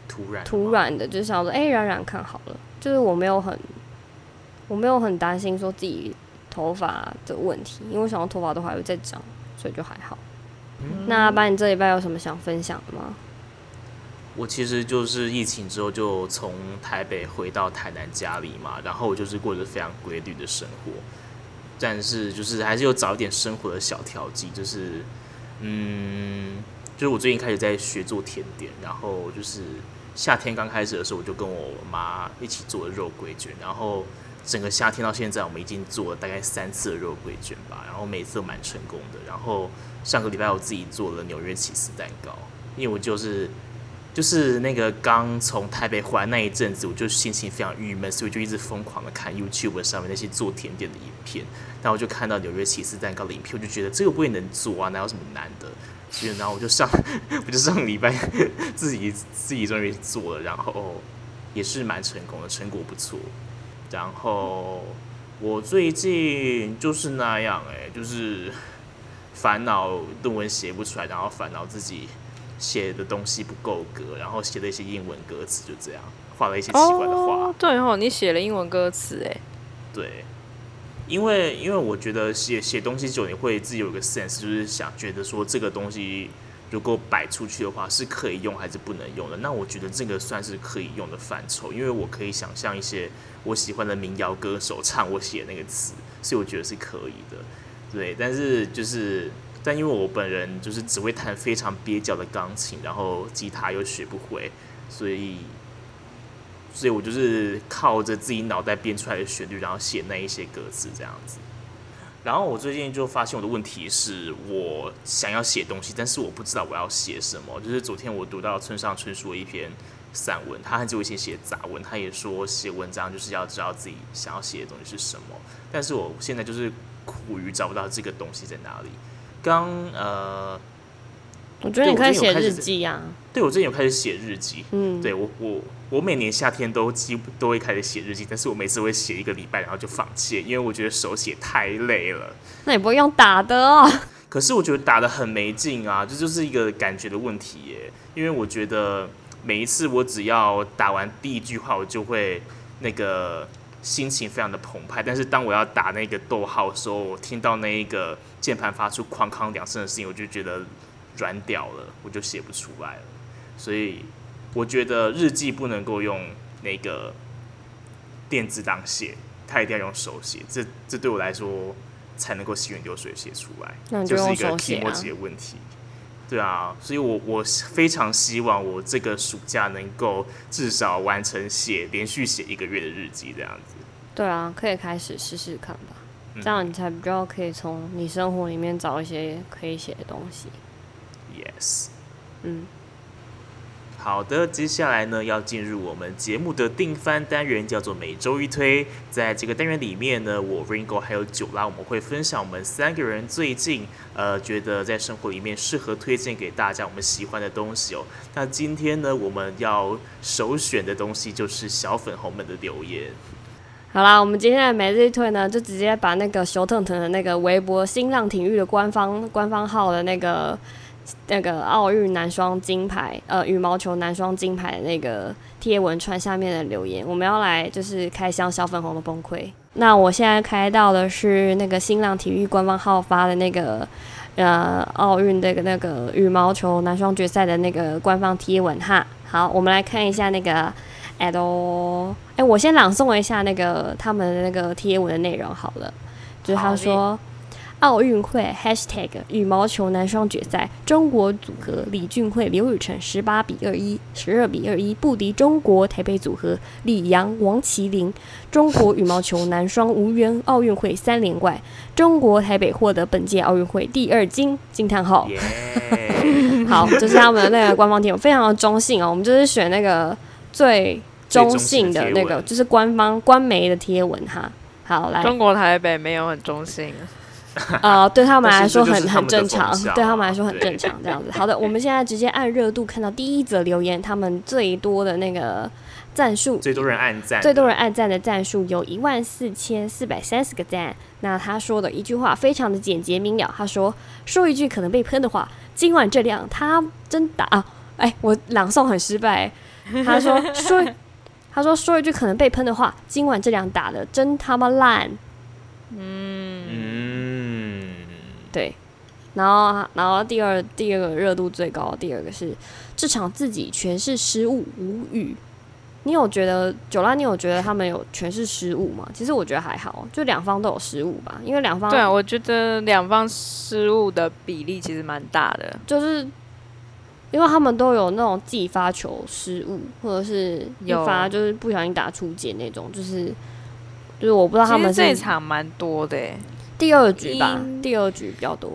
Speaker 2: 突然，
Speaker 3: 突，然的，就是想说，哎、染染看好了，就是我没有很，我没有很担心说自己头发的问题，因为我想到头发都还会再长，所以就还好。
Speaker 2: 嗯
Speaker 3: 那把你这礼拜有什么想分享的吗？
Speaker 2: 我其实就是疫情之后就从台北回到台南家里嘛，然后我就是过着非常规律的生活，但是就是还是有找一点生活的小调剂，就是嗯，就是我最近开始在学做甜点，然后就是夏天刚开始的时候，我就跟我妈一起做了肉桂卷，然后整个夏天到现在，我们已经做了大概三次的肉桂卷吧，然后每次都蛮成功的。然后上个礼拜我自己做了纽约起司蛋糕，因为我就是。就是那个刚从台北回来那一阵子，我就心情非常郁闷，所以我就一直疯狂的看 YouTube 上面那些做甜点的影片，然后我就看到纽约起司蛋糕的影片，我就觉得这个我也能做啊，哪有什么难的？所以然后我就上， (laughs) 我就上礼拜自己自己终于做了，然后也是蛮成功的，成果不错。然后我最近就是那样哎、就是烦恼论文写不出来，然后烦恼自己写的东西不够格，然后写了一些英文歌词，就这样画了一些奇怪的画。
Speaker 1: 哦，对哦，你写了英文歌词哎，
Speaker 2: 对，因为因为我觉得写写东西久，你会自己有一个 sense，就是想觉得说这个东西如果摆出去的话是可以用还是不能用的。那我觉得这个算是可以用的范畴，因为我可以想象一些我喜欢的民谣歌手唱我写的那个词，所以我觉得是可以的。对，但是就是。但因为我本人就是只会弹非常蹩脚的钢琴，然后吉他又学不会，所以所以我就是靠着自己脑袋编出来的旋律，然后写那一些歌词这样子。然后我最近就发现我的问题是我想要写东西，但是我不知道我要写什么。就是昨天我读到村上春树的一篇散文，他很久以前写杂文，他也说写文章就是要知道自己想要写的东西是什么。但是我现在就是苦于找不到这个东西在哪里。刚呃，
Speaker 3: 我觉得你可
Speaker 2: 对我最
Speaker 3: 以
Speaker 2: 近
Speaker 3: 写
Speaker 2: 有开始
Speaker 3: 日记啊，
Speaker 2: 对我最近有开始写日记，
Speaker 3: 嗯，
Speaker 2: 对我我我每年夏天都几乎都会开始写日记，但是我每次会写一个礼拜，然后就放弃了，因为我觉得手写太累了。
Speaker 3: 那也不会用打的
Speaker 2: (laughs)
Speaker 3: 哦。
Speaker 2: 可是我觉得打得很没劲啊，这就是一个感觉的问题耶。因为我觉得每一次我只要打完第一句话，我就会那个心情非常的澎湃，但是当我要打那个逗号的时候，我听到那一个键盘发出哐哐两声的声音，我就觉得软掉了，我就写不出来了。所以我觉得日记不能够用那个电子档写，它一定要用手写。这这对我来说才能够行云流水写出来，
Speaker 3: 那你就
Speaker 2: 就是一
Speaker 3: 用
Speaker 2: 个
Speaker 3: 手写
Speaker 2: 提
Speaker 3: 啊
Speaker 2: 莫吉的问题。对啊，所以我我非常希望我这个暑假能够至少完成写连续写一个月的日记这样子。
Speaker 3: 对啊，可以开始试试看吧，
Speaker 2: 嗯
Speaker 3: 这样你才比较可以从你生活里面找一些可以写的东西。
Speaker 2: Yes。
Speaker 3: 嗯，
Speaker 2: 好的，接下来呢要进入我们节目的定番单元，叫做每周一推。在这个单元里面呢，我 Ringo 还有九拉，我们会分享我们三个人最近呃觉得在生活里面适合推荐给大家我们喜欢的东西哦。那今天呢，我们要首选的东西就是小粉红们的留言。
Speaker 3: 好啦，我们今天的每日一推呢，就直接把那个熊腾腾的那个微博新浪体育的官方官方号的那个那个奥运男双金牌，呃，羽毛球男双金牌的那个贴文串下面的留言，我们要来就是开箱小粉红的崩溃。那我现在开到的是那个新浪体育官方号发的那个。呃，奥运那个那个羽毛球男双决赛的那个官方贴文哈，好，我们来看一下那个 at all。哎、我先朗诵一下那个他们的那个贴文的内容好了，就是
Speaker 1: 好
Speaker 3: 他
Speaker 1: 嘞
Speaker 3: 说。奥运会 #hashtag 羽毛球男双决赛，中国组合李俊慧、刘雨辰十八比二一、十二比二一不敌中国台北组合李阳、王麒麟。中国羽毛球男双无缘奥运会三连冠，中国台北获得本届奥运会第二金！惊叹号！
Speaker 2: 耶、 (laughs) 嗯
Speaker 3: 好，这是他们的那个官方贴文，非常的中性哦。我们就是选那个最中性的那
Speaker 2: 最中性的贴
Speaker 3: 个，
Speaker 2: 文
Speaker 3: 就是官方官媒的贴文哈。
Speaker 2: (laughs)
Speaker 3: 好，来，
Speaker 1: 中国台北没有很中性，
Speaker 3: 呃，对他们来说
Speaker 2: 但是这就
Speaker 3: 很
Speaker 2: 是
Speaker 3: 很
Speaker 2: 他
Speaker 3: 正常
Speaker 2: 们的风，向
Speaker 3: 对他们来说很
Speaker 2: 对
Speaker 3: 正常这样子。好的，我们现在直接按热度看到第一则留言，他们最多的那个赞数，
Speaker 2: 最多人按赞，
Speaker 3: 最多人按赞的赞数有一万四千四百三十个赞。那他说的一句话非常的简洁明了，他说说一句可能被喷的话，今晚这辆他真打啊！哎，我朗诵很失败。他说说，他说说一句可能被喷的话，今晚这辆打的真他妈烂。
Speaker 2: 嗯，
Speaker 3: 对，然后然后第二第二个热度最高，第二个是这场自己全是失误，无语。你有觉得九拉，你有觉得他们有全是失误吗？其实我觉得还好，就两方都有失误吧，因为两方
Speaker 1: 对啊，我觉得两方失误的比例其实蛮大的。
Speaker 3: 就是因为他们都有那种自己发球失误，或者是一
Speaker 1: 有
Speaker 3: 发就是不小心打出界那种，就是就是我不知道他
Speaker 1: 其
Speaker 3: 们
Speaker 1: 实嗯这一
Speaker 3: 是
Speaker 1: 场蛮多的欸。
Speaker 3: 第二局吧
Speaker 1: 一，
Speaker 3: 第二局比较多，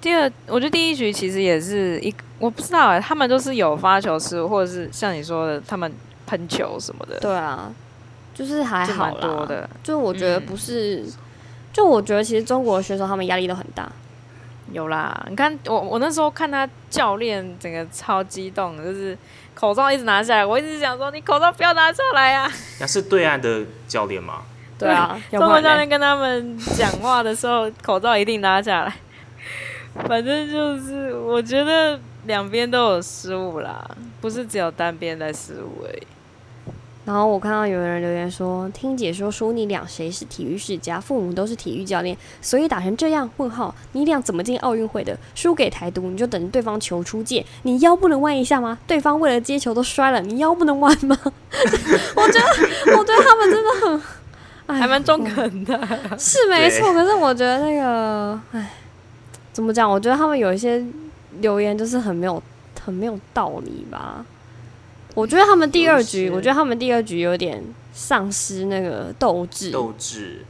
Speaker 1: 第二，我觉得第一局其实也是一，我不知道哎，他们都是有发球失误，或者是像你说的，他们喷球什么的，
Speaker 3: 对啊，就是还
Speaker 1: 就
Speaker 3: 好
Speaker 1: 蛮
Speaker 3: 啦，
Speaker 1: 多的。
Speaker 3: 就我觉得
Speaker 1: 嗯
Speaker 3: 不是，就我觉得其实中国的选手他们压力都很大，
Speaker 1: 有啦，你看我我那时候看他教练整个超激动的，就是口罩一直拿下来，我一直想说你口罩不要拿下来啊。
Speaker 2: 那是对岸的教练吗？
Speaker 3: 对啊，
Speaker 1: (laughs)
Speaker 3: 要
Speaker 1: 中
Speaker 3: 不
Speaker 1: 国
Speaker 3: 然
Speaker 1: 教
Speaker 3: 嘞
Speaker 1: 练跟他们讲话的时候，口罩一定拿下来。反正就是，我觉得两边都有失误啦，不是只有单边在失误而已。
Speaker 3: 然后我看到有人留言说，听解说说你俩谁是体育世家，父母都是体育教练，所以打成这样？问号，你俩怎么进奥运会的？输给台独，你就等着对方球出界，你腰不能弯一下吗？对方为了接球都摔了，你腰不能弯吗？ (laughs) 我觉得，我觉得他们真的很，哎，
Speaker 1: 还蛮中肯的，
Speaker 3: 是没错，可是我觉得那个，哎，怎么讲？我觉得他们有一些留言就是很没有很没有道理吧。我觉得他们第二局，
Speaker 1: 就是
Speaker 3: 我觉得他们第二局有点丧失那个斗志，
Speaker 1: 嗯
Speaker 2: 斗志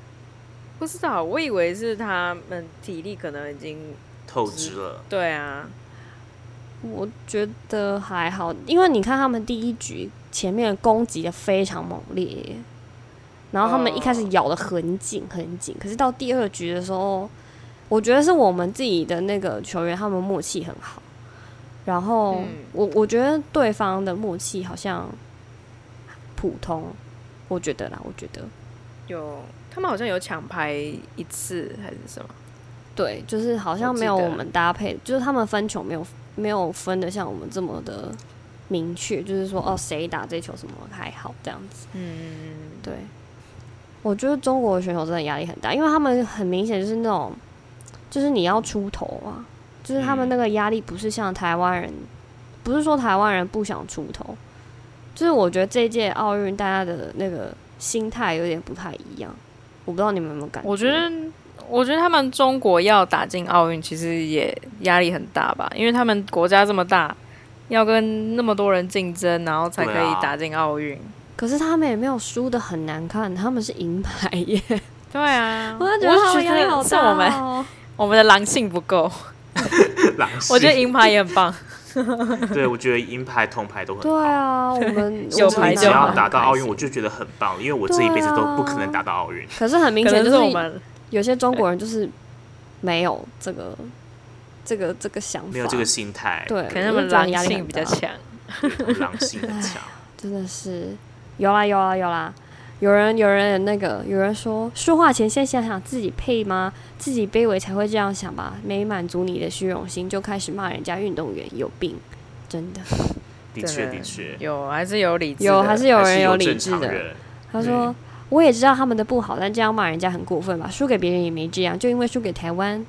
Speaker 1: 不知道，我以为是他们体力可能已经
Speaker 2: 透支了，
Speaker 1: 对啊，
Speaker 3: 我觉得还好，因为你看他们第一局前面攻击的非常猛烈，然后他们一开始咬的很紧很紧，可是到第二局的时候，我觉得是我们自己的那个球员他们默契很好，然后、
Speaker 1: 嗯
Speaker 3: 我我觉得对方的默契好像普通，我觉得啦，我觉得
Speaker 1: 有他们好像有抢拍一次还是什么，
Speaker 3: 对，就是好像
Speaker 1: 我记
Speaker 3: 没有
Speaker 1: 得
Speaker 3: 我们搭配，就是他们分球没有没有分的像我们这么的明确，就是说哦谁打这球什么还好这样子。
Speaker 1: 嗯，
Speaker 3: 对，我觉得中国的选手真的压力很大，因为他们很明显就是那种，就是你要出头啊，就是他们
Speaker 2: 嗯
Speaker 3: 那个压力不是像台湾人，不是说台湾人不想出头，就是我觉得这一届奥运大家的那个心态有点不太一样，我不知道你们有没有感
Speaker 1: 我觉得。我觉得他们中国要打进奥运，其实也压力很大吧，因为他们国家这么大，要跟那么多人竞争，然后才可
Speaker 2: 对
Speaker 1: 以
Speaker 2: 啊
Speaker 1: 打进奥运。
Speaker 3: 可是他们也没有输的很难看，他们是银牌耶。
Speaker 1: 对啊，
Speaker 3: (laughs) 我就觉
Speaker 1: 我
Speaker 3: 得
Speaker 1: 就
Speaker 3: 他们压力
Speaker 1: 觉
Speaker 3: 好
Speaker 1: 得是
Speaker 3: 大、
Speaker 1: 我们
Speaker 3: 哦。
Speaker 1: 我们的狼性不够，
Speaker 2: 狼
Speaker 1: (laughs) 我觉得
Speaker 2: 性
Speaker 1: 银牌也很 (laughs) 棒。
Speaker 2: 对，我觉得银牌、铜牌都很
Speaker 3: (laughs) 对
Speaker 2: 好。
Speaker 3: 啊，我们
Speaker 1: 有
Speaker 3: 我们
Speaker 1: 牌
Speaker 2: 你
Speaker 1: 就
Speaker 2: 只
Speaker 1: 好
Speaker 2: 要打到奥运，
Speaker 3: 很
Speaker 2: 我
Speaker 3: 开心
Speaker 2: 就觉得很棒，因为我这一辈子都不可能打到奥运。
Speaker 3: 可是很明
Speaker 1: 可
Speaker 3: 显
Speaker 1: 能
Speaker 3: 就是
Speaker 1: 我们
Speaker 3: 有些中国人就是没有这个这个这个想法，
Speaker 2: 没有这个心态，
Speaker 3: 对，
Speaker 1: 可能他
Speaker 3: 我
Speaker 1: 们
Speaker 3: 就觉得
Speaker 1: 狼
Speaker 3: 压力
Speaker 1: 性
Speaker 3: 很
Speaker 1: 比较
Speaker 3: 大，
Speaker 1: 强。
Speaker 2: 狼性很强。
Speaker 3: 真的是有啦有啦有啦。有人有人那个有人说，说话前先想想自己配吗？自己卑微才会这样想吧。没满足你的虚荣心，就开始骂人家运动员有病，真的。
Speaker 2: 的确，
Speaker 1: 对
Speaker 2: 的确，
Speaker 1: 有还是有理智的，
Speaker 3: 有还是有
Speaker 2: 还
Speaker 3: 人
Speaker 2: 是
Speaker 3: 有
Speaker 2: 有
Speaker 3: 理
Speaker 2: 正
Speaker 3: 智
Speaker 2: 常
Speaker 3: 的。
Speaker 2: 人，嗯
Speaker 3: 他说：“我也知道他们的不好，但这样骂人家很过分吧？输给别人也没这样，就因为输给台湾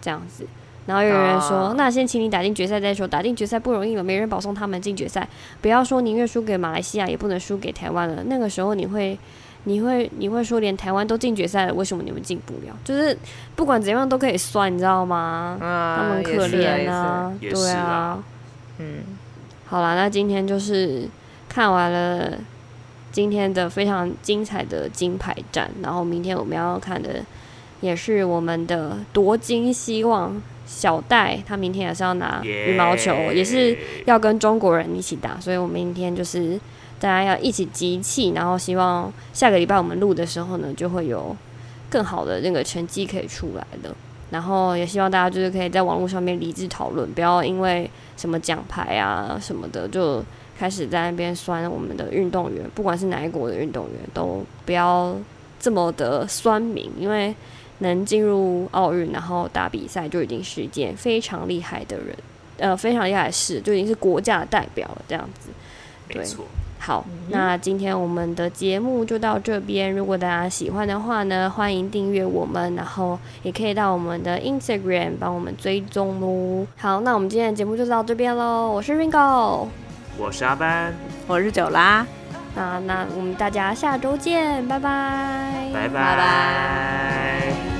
Speaker 3: 这样子。”然后有人说：“
Speaker 2: 啊
Speaker 1: 哦
Speaker 3: 那先请你打进决赛再说，打进决赛不容易了，没人保送他们进决赛。不要说宁愿输给马来西亚，也不能输给台湾了。那个时候你会，你会， (laughs) 你会说连台湾都进决赛了，为什么你们进不了？就是不管怎样都可以算，你知道吗？
Speaker 2: 嗯
Speaker 1: 啊，
Speaker 3: 他们
Speaker 1: 也
Speaker 3: 可
Speaker 1: 是啊
Speaker 3: 怜，啊，
Speaker 2: 也是
Speaker 3: 对啊
Speaker 2: 啊。”
Speaker 1: 也是嗯，
Speaker 3: 好啦，那今天就是看完了今天的非常精彩的金牌战，然后明天我们要看的也是我们的夺金希望小戴，他明天也是要拿
Speaker 2: 耶
Speaker 3: 羽毛球，也是要跟中国人一起打，所以我们明天就是大家要一起集气，然后希望下个礼拜我们录的时候呢，就会有更好的那个成绩可以出来了。然后也希望大家就是可以在网络上面理智讨论，不要因为什么奖牌啊什么的就开始在那边酸我们的运动员，不管是哪一国的运动员，都不要这么的酸民，因为能进入奥运然后打比赛就已经是一件非常厉害的人，呃，非常厉害的事，就已经是国家的代表了这样子。对
Speaker 2: 没错，
Speaker 3: 好，那今天我们的节目就到这边。如果大家喜欢的话呢，欢迎订阅我们，然后也可以到我们的 Instagram 帮我们追踪喽。好，那我们今天的节目就到这边喽。我是 Ringo，
Speaker 2: 我是阿班。
Speaker 1: 我是九啦，
Speaker 3: 嗯那那我们大家下周见，拜拜，
Speaker 2: 拜
Speaker 1: 拜
Speaker 2: 拜